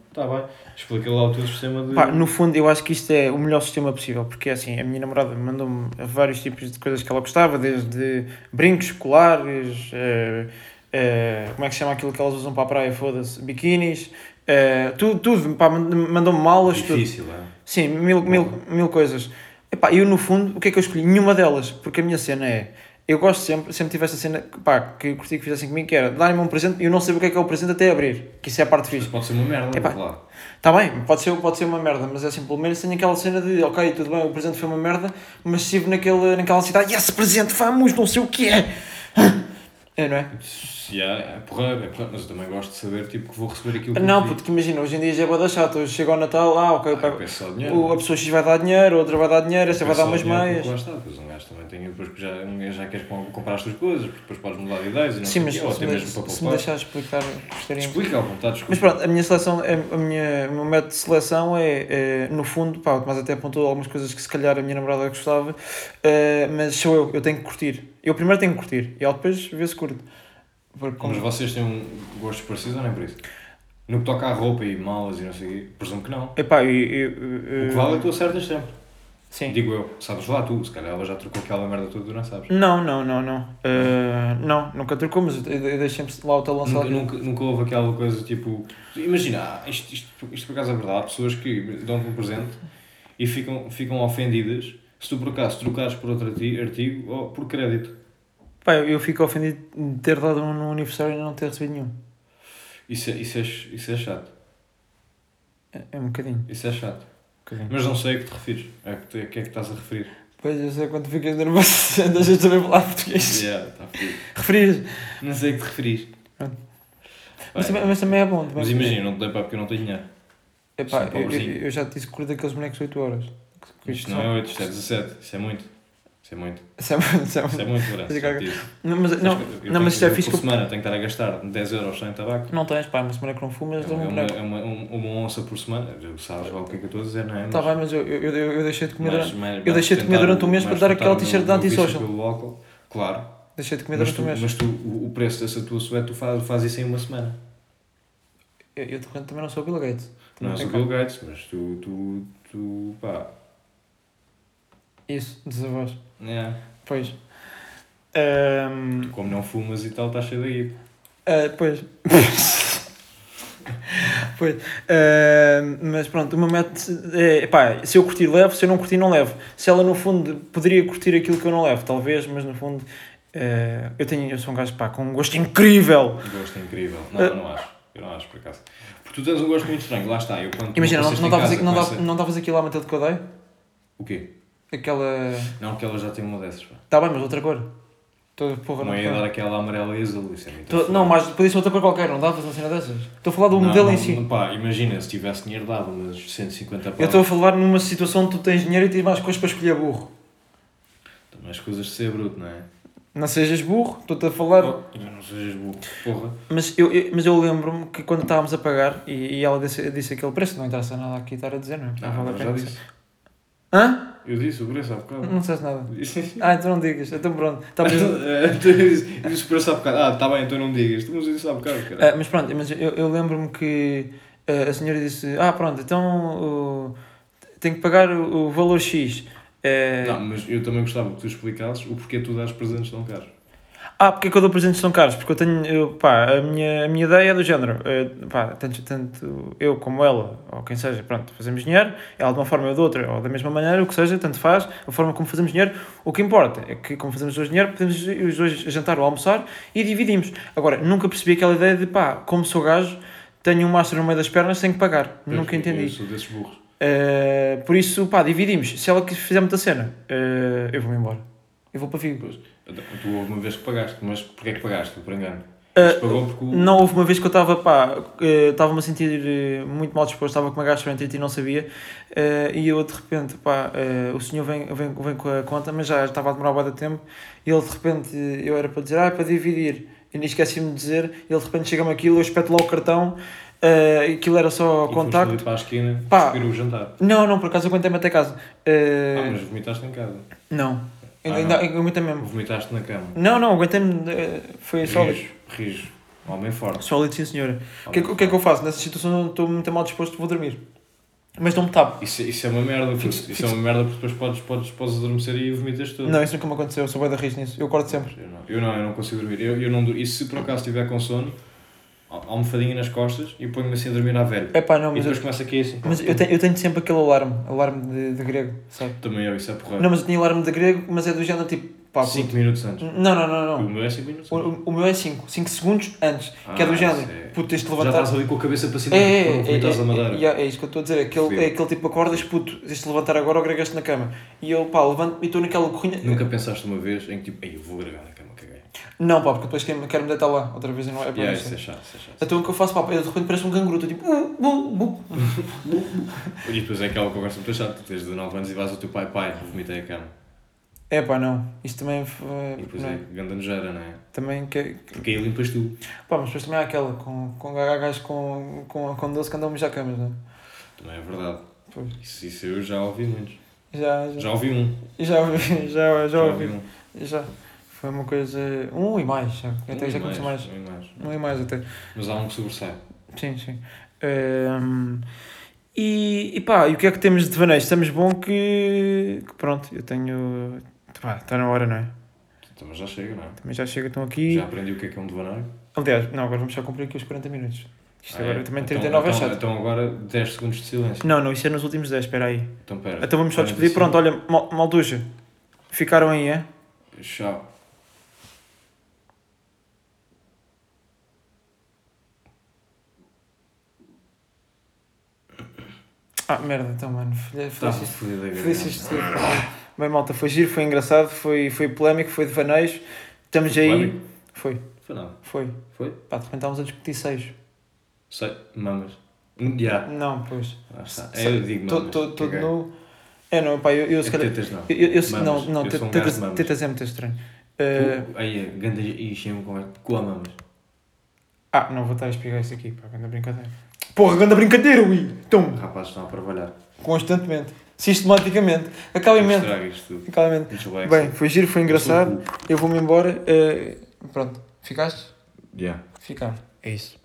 Speaker 2: Está bem. Explica lá o teu sistema de.
Speaker 1: Pá, no fundo, eu acho que isto é o melhor sistema possível, porque assim, a minha namorada mandou-me vários tipos de coisas que ela gostava, desde brincos escolares, eh, eh, como é que se chama aquilo que elas usam para a praia, foda-se, biquinis, eh, tudo, tudo, pá, mand- mandou-me malas, tudo.
Speaker 2: Difícil, é?
Speaker 1: Sim, mil, mil, mil coisas. Epá, eu no fundo, o que é que eu escolhi? Nenhuma delas, porque a minha cena é. Eu gosto sempre, sempre tive esta cena que, pá, que eu curti que fizessem comigo, que era darem-me um presente e eu não sei o que é que é o presente até abrir, que isso é a parte fixe.
Speaker 2: Mas pode ser uma merda,
Speaker 1: Epá.
Speaker 2: claro.
Speaker 1: Está Tá bem, pode ser, pode ser uma merda, mas é assim, pelo menos tenho aquela cena de, ok, tudo bem, o presente foi uma merda, mas estive naquele, naquela cidade, yes, presente, vamos, não sei o que é. <laughs> É, não é?
Speaker 2: Se há- é porreiro, é porreiro, mas eu também gosto de saber tipo, que vou receber aquilo que
Speaker 1: Não,
Speaker 2: eu pedi.
Speaker 1: porque imagina, hoje em dia já é boda chata, hoje chega ao Natal, ah, ok,
Speaker 2: Ah,
Speaker 1: pá,
Speaker 2: eu peço só dinheiro.
Speaker 1: o, a pessoa X vai dar dinheiro, a outra vai dar dinheiro, esta vai
Speaker 2: Peço
Speaker 1: dar
Speaker 2: só
Speaker 1: umas
Speaker 2: dinheiro
Speaker 1: meias.
Speaker 2: porque Lá está, depois um gajo também tem. Depois que já, um gajo já queres com- comprar as tuas coisas, porque depois podes mudar de ideias e não
Speaker 1: Sim,
Speaker 2: sei o
Speaker 1: mas
Speaker 2: quê, ou até
Speaker 1: se me,
Speaker 2: mesmo para
Speaker 1: se me
Speaker 2: poupar.
Speaker 1: deixares explicar, gostaria.
Speaker 2: Explica à vontade,
Speaker 1: Mas
Speaker 2: desculpa.
Speaker 1: pronto, a minha seleção, é- a minha, o meu método de seleção é, eh, no fundo, pá, o Tomás até apontou algumas coisas que se calhar a minha namorada gostava, eh, mas sou eu, eu tenho que curtir. Eu primeiro tenho que curtir e ela depois vê se curto. Porque como-
Speaker 2: Mas vocês têm um gosto parecido ou nem por isso? No que toca à roupa e malas e não sei o quê, presumo que não.
Speaker 1: Epá, eu, eu, eu-
Speaker 2: O que vale é que tu acertas sempre.
Speaker 1: eh, Sim.
Speaker 2: Digo eu, sabes lá tu, se calhar ela já trocou aquela merda toda, tu não sabes.
Speaker 1: Não, não, não, não. Ah, não, nunca trocou, mas eu, eu deixo sempre lá o talão
Speaker 2: Nunca,
Speaker 1: salgado.
Speaker 2: nunca, nunca houve aquela coisa tipo. Imagina, ah, isto, isto, isto por acaso é verdade, há pessoas que dão-te um presente e ficam, ficam ofendidas se tu por acaso trocares por outro arti- artigo ou por crédito.
Speaker 1: Pá, eu, eu fico ofendido de ter dado um no aniversário e não ter recebido nenhum.
Speaker 2: Isso é, isso é, ch- isso é chato.
Speaker 1: É, é um bocadinho.
Speaker 2: Isso é chato.
Speaker 1: um bocadinho.
Speaker 2: Mas não sei a que te refires. A que, te- a que é que estás a referir?
Speaker 1: Pois eu sei quando ficas nervoso, <laughs> andas a saber falar português.
Speaker 2: Yeah, tá fedido.
Speaker 1: Referir.
Speaker 2: não sei a que te referis.
Speaker 1: Pronto. Mas,
Speaker 2: Bem,
Speaker 1: também, mas também é bom. Também
Speaker 2: mas
Speaker 1: é bom.
Speaker 2: imagina, não te dei para porque eu não tenho dinheiro.
Speaker 1: Epá,
Speaker 2: Sim,
Speaker 1: eu, eu,
Speaker 2: pobrezinho.
Speaker 1: eu já te disse que curto aqueles bonecos 8 horas. Que- que
Speaker 2: Isto
Speaker 1: são-
Speaker 2: não é 8, isto é 17. Isso é muito. Isso é muito.
Speaker 1: são- são-
Speaker 2: Isso é muito, Lourenço. já te disse.
Speaker 1: Não, mas, não,
Speaker 2: Sabes que eu
Speaker 1: não,
Speaker 2: tenho
Speaker 1: mas isto é
Speaker 2: que-
Speaker 1: fixe
Speaker 2: Por
Speaker 1: que eu-
Speaker 2: semana tenho que estar a gastar 10 euros só em tabaco.
Speaker 1: Não tens, pá, uma semana que não fumas,
Speaker 2: É
Speaker 1: dá um
Speaker 2: uma,
Speaker 1: boneco.
Speaker 2: é uma, um- uma onça por semana. Eu sabes lá o que é que eu estou a dizer, não é?
Speaker 1: Tá bem, mas eu, eu, eu, eu deixei de comer durante,
Speaker 2: mas
Speaker 1: deixei de comer
Speaker 2: tentar
Speaker 1: durante um
Speaker 2: o-
Speaker 1: mês para
Speaker 2: mas
Speaker 1: dar aquela
Speaker 2: tentar o meu-
Speaker 1: t-shirt de
Speaker 2: o meu vício
Speaker 1: anti-social.
Speaker 2: pelo álcool, Claro.
Speaker 1: deixei de comer
Speaker 2: Mas
Speaker 1: durante
Speaker 2: tu,
Speaker 1: um mês.
Speaker 2: mas tu, o o preço dessa tua suéte, tu faz, faz isso em uma semana.
Speaker 1: Eu, eu também não sou o Bill Gates. Também
Speaker 2: Não és
Speaker 1: tem
Speaker 2: o
Speaker 1: cá.
Speaker 2: Bill Gates, mas tu, tu, tu pá.
Speaker 1: Isso, desavós.
Speaker 2: é.
Speaker 1: Pois. Ahm,
Speaker 2: Como não fumas e tal, estás cheio daí.
Speaker 1: ah, pois. <laughs> pois. Ahm, mas pronto, uma meta. É, pá, se eu curtir, levo. Se eu não curtir, não levo. Se ela, no fundo, poderia curtir aquilo que eu não levo, talvez, mas no fundo. eh, eu, tenho, eu sou um gajo pá, com um gosto incrível.
Speaker 2: Gosto incrível. Não, eu não acho. Eu não acho, por acaso. Porque tu tens um gosto muito estranho. Lá está. Eu quando
Speaker 1: Imagina, não,
Speaker 2: vocês
Speaker 1: não,
Speaker 2: têm
Speaker 1: davas,
Speaker 2: casa
Speaker 1: aqui- não,
Speaker 2: com
Speaker 1: davas,
Speaker 2: essa-
Speaker 1: não davas aquilo à Matilde que eu dei?
Speaker 2: O quê?
Speaker 1: Aquela.
Speaker 2: Não, que ela já tem uma dessas, pá.
Speaker 1: Tá bem, mas outra cor. Toda porra,
Speaker 2: Não
Speaker 1: não
Speaker 2: ia
Speaker 1: quero.
Speaker 2: dar aquela amarela e azul. Isso é muito
Speaker 1: Tô-
Speaker 2: feio.
Speaker 1: Não, mas podia ser outra cor qualquer, não davas uma cena dessas? Estou a falar do modelo em si.
Speaker 2: Então, Pá, imagina, se tivesse dinheiro dava umas 150 pau.
Speaker 1: Eu estou a falar numa situação onde tu tens dinheiro e tens mais coisas para escolher burro.
Speaker 2: Também as coisas de ser bruto, não é?
Speaker 1: Não sejas burro, estou-te a falar.
Speaker 2: Oh, não sejas burro. Porra.
Speaker 1: Mas eu, eu- mas eu lembro-me que quando estávamos a pagar e, e ela disse, disse aquele preço, não interessa nada aqui estar a dizer, não é?
Speaker 2: Não,
Speaker 1: vale a
Speaker 2: eu Ah, já
Speaker 1: pena
Speaker 2: disse. Hum.
Speaker 1: dizer. Hã?
Speaker 2: Eu disse o preço há bocado. <laughs>
Speaker 1: Não disseste nada.
Speaker 2: Disse.
Speaker 1: Ah, então não digas, então pronto. Tá bem.
Speaker 2: <laughs> Eu disse eu disse o preço há bocado. Ah, tá bem, então não digas. Mas eu disse há bocado, cara.
Speaker 1: Ah, mas pronto, mas eu, eu lembro-me que ah, a senhora disse: Ah, pronto, então tem tenho que pagar o, o valor X. Eh,
Speaker 2: Não, mas eu também gostava que tu explicasses o porquê tu dás presentes tão caros.
Speaker 1: Ah, porque é que eu dou presentes tão caros? Porque eu tenho, eu, pá, a minha, a minha ideia é do género, eh, pá, tanto, tanto eu como ela, ou quem seja, pronto, fazemos dinheiro, ela de uma forma ou de outra, ou da mesma maneira, o que seja, tanto faz, a forma como fazemos dinheiro, o que importa é que como fazemos dois dinheiro, podemos ir os dois jantar ou almoçar e dividimos. Agora, nunca percebi aquela ideia de, pá, como sou gajo, tenho um mastro no meio das pernas, tenho que pagar. Nunca
Speaker 2: Eu-
Speaker 1: entendi.
Speaker 2: Eu sou desses burros.
Speaker 1: Eh, por isso, pá, dividimos. Se ela fizer muita cena, eh, eu vou-me embora. Eu vou para Vigo.
Speaker 2: Pois. Então, Tu houve uma vez que pagaste, mas porquê é que pagaste? Por engano.
Speaker 1: Ah,
Speaker 2: Mas pagou porque o.
Speaker 1: Não houve uma vez que eu estava, pá, eh, estava-me a sentir eh, muito mal disposto, estava com uma gastroenterite e não sabia, eh, e eu de repente, pá, eh, o senhor vem, vem, vem com a conta, mas já estava a demorar bué de tempo, e ele de repente, eh, eu era para dizer, ah, é para dividir, e nem esqueci-me de dizer, ele de repente chega-me aquilo, eu espeto lá o cartão, eh, aquilo era só
Speaker 2: e foste
Speaker 1: contacto.
Speaker 2: ali para a esquina,
Speaker 1: Pá.
Speaker 2: subir o jantar.
Speaker 1: Não, não, por acaso aguentei-me até casa. Eh,
Speaker 2: Ah, mas vomitaste em casa.
Speaker 1: Não,
Speaker 2: Ah,
Speaker 1: ainda,
Speaker 2: não.
Speaker 1: ainda aguentei mesmo.
Speaker 2: Vomitaste na cama.
Speaker 1: Não, não, aguentei-me, eh, foi sólido.
Speaker 2: Rijo, rijo. Homem forte.
Speaker 1: Sólido, sim senhora. O que, é que- o
Speaker 2: Homem
Speaker 1: que é que eu
Speaker 2: forte.
Speaker 1: faço? Nessa situação eu estou muito mal disposto, vou dormir. Mas não me tapo.
Speaker 2: Isso, isso é uma merda, porque,
Speaker 1: Fixe,
Speaker 2: isso é
Speaker 1: fixe.
Speaker 2: uma merda porque depois podes, podes, podes adormecer e vomitas tudo.
Speaker 1: Não, isso nunca me aconteceu, eu sou bem da risco nisso. Eu acordo sempre.
Speaker 2: Eu não, eu não, eu não consigo dormir. Eu, eu não, dur- e se por acaso estiver com sono, al- almofadinha nas costas e ponho-me assim a dormir à velha.
Speaker 1: É pá, não,
Speaker 2: e
Speaker 1: mas, eu,
Speaker 2: depois começa a cair assim.
Speaker 1: mas eu, tenho, eu tenho sempre aquele alarme, alarme de, de grego, sabe?
Speaker 2: Também eu, isso é porra.
Speaker 1: Não, mas eu tinha alarme de grego, mas é do género tipo. Pá,
Speaker 2: 5 minutos antes.
Speaker 1: puto. Não, não, não,
Speaker 2: O
Speaker 1: não.
Speaker 2: meu é 5 minutos
Speaker 1: O,
Speaker 2: antes.
Speaker 1: o- o meu é 5, 5 segundos antes, que é do
Speaker 2: Ah,
Speaker 1: género.
Speaker 2: isso é-
Speaker 1: Puto, tens de
Speaker 2: Já
Speaker 1: levantar.
Speaker 2: estás ali com a cabeça para cima
Speaker 1: É, é,
Speaker 2: é,
Speaker 1: é,
Speaker 2: vomitas da
Speaker 1: é,
Speaker 2: madeira.
Speaker 1: é, é, é isso que eu estou a dizer, é aquele, é aquele tipo acordas, puto, tens de levantar agora ou gregas-te na cama. E eu, pá, levanto-me e estou naquela corrinha.
Speaker 2: Nunca pensaste uma vez em que tipo, ei, eu vou gravar na cama, caguei.
Speaker 1: Não, pá, porque depois quero- quero-me deitar lá, outra vez e não é para
Speaker 2: Yeah,
Speaker 1: isso.
Speaker 2: isso é chato, isso é chato.
Speaker 1: Então o que eu faço, pá, eu de repente parece um canguru, estou tipo. "Uh, bu, bu".
Speaker 2: E depois é aquela conversa muito chata, tu tens 19 anos e vais ao teu pai, pai, vomitei a cama.
Speaker 1: É pá, não. Isto também.
Speaker 2: E
Speaker 1: foi-
Speaker 2: depois
Speaker 1: não
Speaker 2: é
Speaker 1: é?
Speaker 2: grande nojeira, não é?
Speaker 1: Também que.
Speaker 2: Porque aí limpas tu.
Speaker 1: Pá, mas depois também há aquela, com, com gajos com, com, com 12 que andam já camas, não é?
Speaker 2: Também é verdade.
Speaker 1: Pois.
Speaker 2: Isso, isso eu já ouvi muitos.
Speaker 1: Já, já,
Speaker 2: Já ouvi um.
Speaker 1: já, ouvi- <laughs> já, já ouvi.
Speaker 2: um.
Speaker 1: Já. Foi uma coisa. Um e mais, já. Até
Speaker 2: Um
Speaker 1: já
Speaker 2: e
Speaker 1: aconteceu mais.
Speaker 2: um e mais.
Speaker 1: Um e mais até.
Speaker 2: Mas há um que sobressai.
Speaker 1: Sim, sim. Ehm, E, e pá, e o que é que temos de devaneio? Estamos bom que, que pronto, eu tenho. Pá, está na hora, não é?
Speaker 2: Então, mas já chega, não é?
Speaker 1: Também já chega, estão aqui.
Speaker 2: Já aprendi o que é que é um devaneio.
Speaker 1: Aliás, não, agora vamos só cumprir aqui os 40 minutos. Isto
Speaker 2: Ah,
Speaker 1: agora
Speaker 2: é?
Speaker 1: também
Speaker 2: Então-
Speaker 1: 39
Speaker 2: então,
Speaker 1: é chato.
Speaker 2: Então agora 10 segundos de silêncio.
Speaker 1: Não, não, isso é nos últimos 10, espera aí.
Speaker 2: Então pera.
Speaker 1: Então vamos só
Speaker 2: Quarenta e
Speaker 1: despedir.
Speaker 2: cinco.
Speaker 1: Pronto, olha, mal- malduja. Ficaram aí, é?
Speaker 2: Tchau.
Speaker 1: Ah, merda, então, mano. falhei-
Speaker 2: Estava
Speaker 1: Falei isto.
Speaker 2: fodido
Speaker 1: falei isto tudo. Bem, malta, foi giro, foi engraçado, foi, foi polémico, foi de vaneios. Estamos
Speaker 2: Foi
Speaker 1: aí.
Speaker 2: polémico?
Speaker 1: Foi,
Speaker 2: Foi nada.
Speaker 1: foi.
Speaker 2: Foi?
Speaker 1: Pá, de repente estávamos a discutir 6.
Speaker 2: Sei. Mamas. Hum, Já.
Speaker 1: Não, pois.
Speaker 2: Lá está. É, Eu digo mamas.
Speaker 1: Todo
Speaker 2: Caguei.
Speaker 1: nu. É, não, pá, eu, eu
Speaker 2: É
Speaker 1: se calhar.
Speaker 2: Tetas não.
Speaker 1: Eu, eu, eu- não,
Speaker 2: Mamas.
Speaker 1: não,
Speaker 2: Eu
Speaker 1: te-
Speaker 2: sou um gajo
Speaker 1: tetas,
Speaker 2: de mamas.
Speaker 1: tetas é muito estranho. Eh,
Speaker 2: Tu- Aí, é, ganda e enchei-me com a- com a mamas.
Speaker 1: Ah, não vou estar a explicar isso aqui, pá, grande brincadeira. Porra, grande brincadeira, ui! Então,
Speaker 2: Rapazes estão a trabalhar.
Speaker 1: constantemente, sistematicamente, acabamente,
Speaker 2: Estraga isto tudo.
Speaker 1: acabamente.
Speaker 2: Muito bem.
Speaker 1: Bem, foi giro, foi engraçado, eu vou-me embora, eh, pronto, ficaste?
Speaker 2: Yeah.
Speaker 1: Ficar. É isso.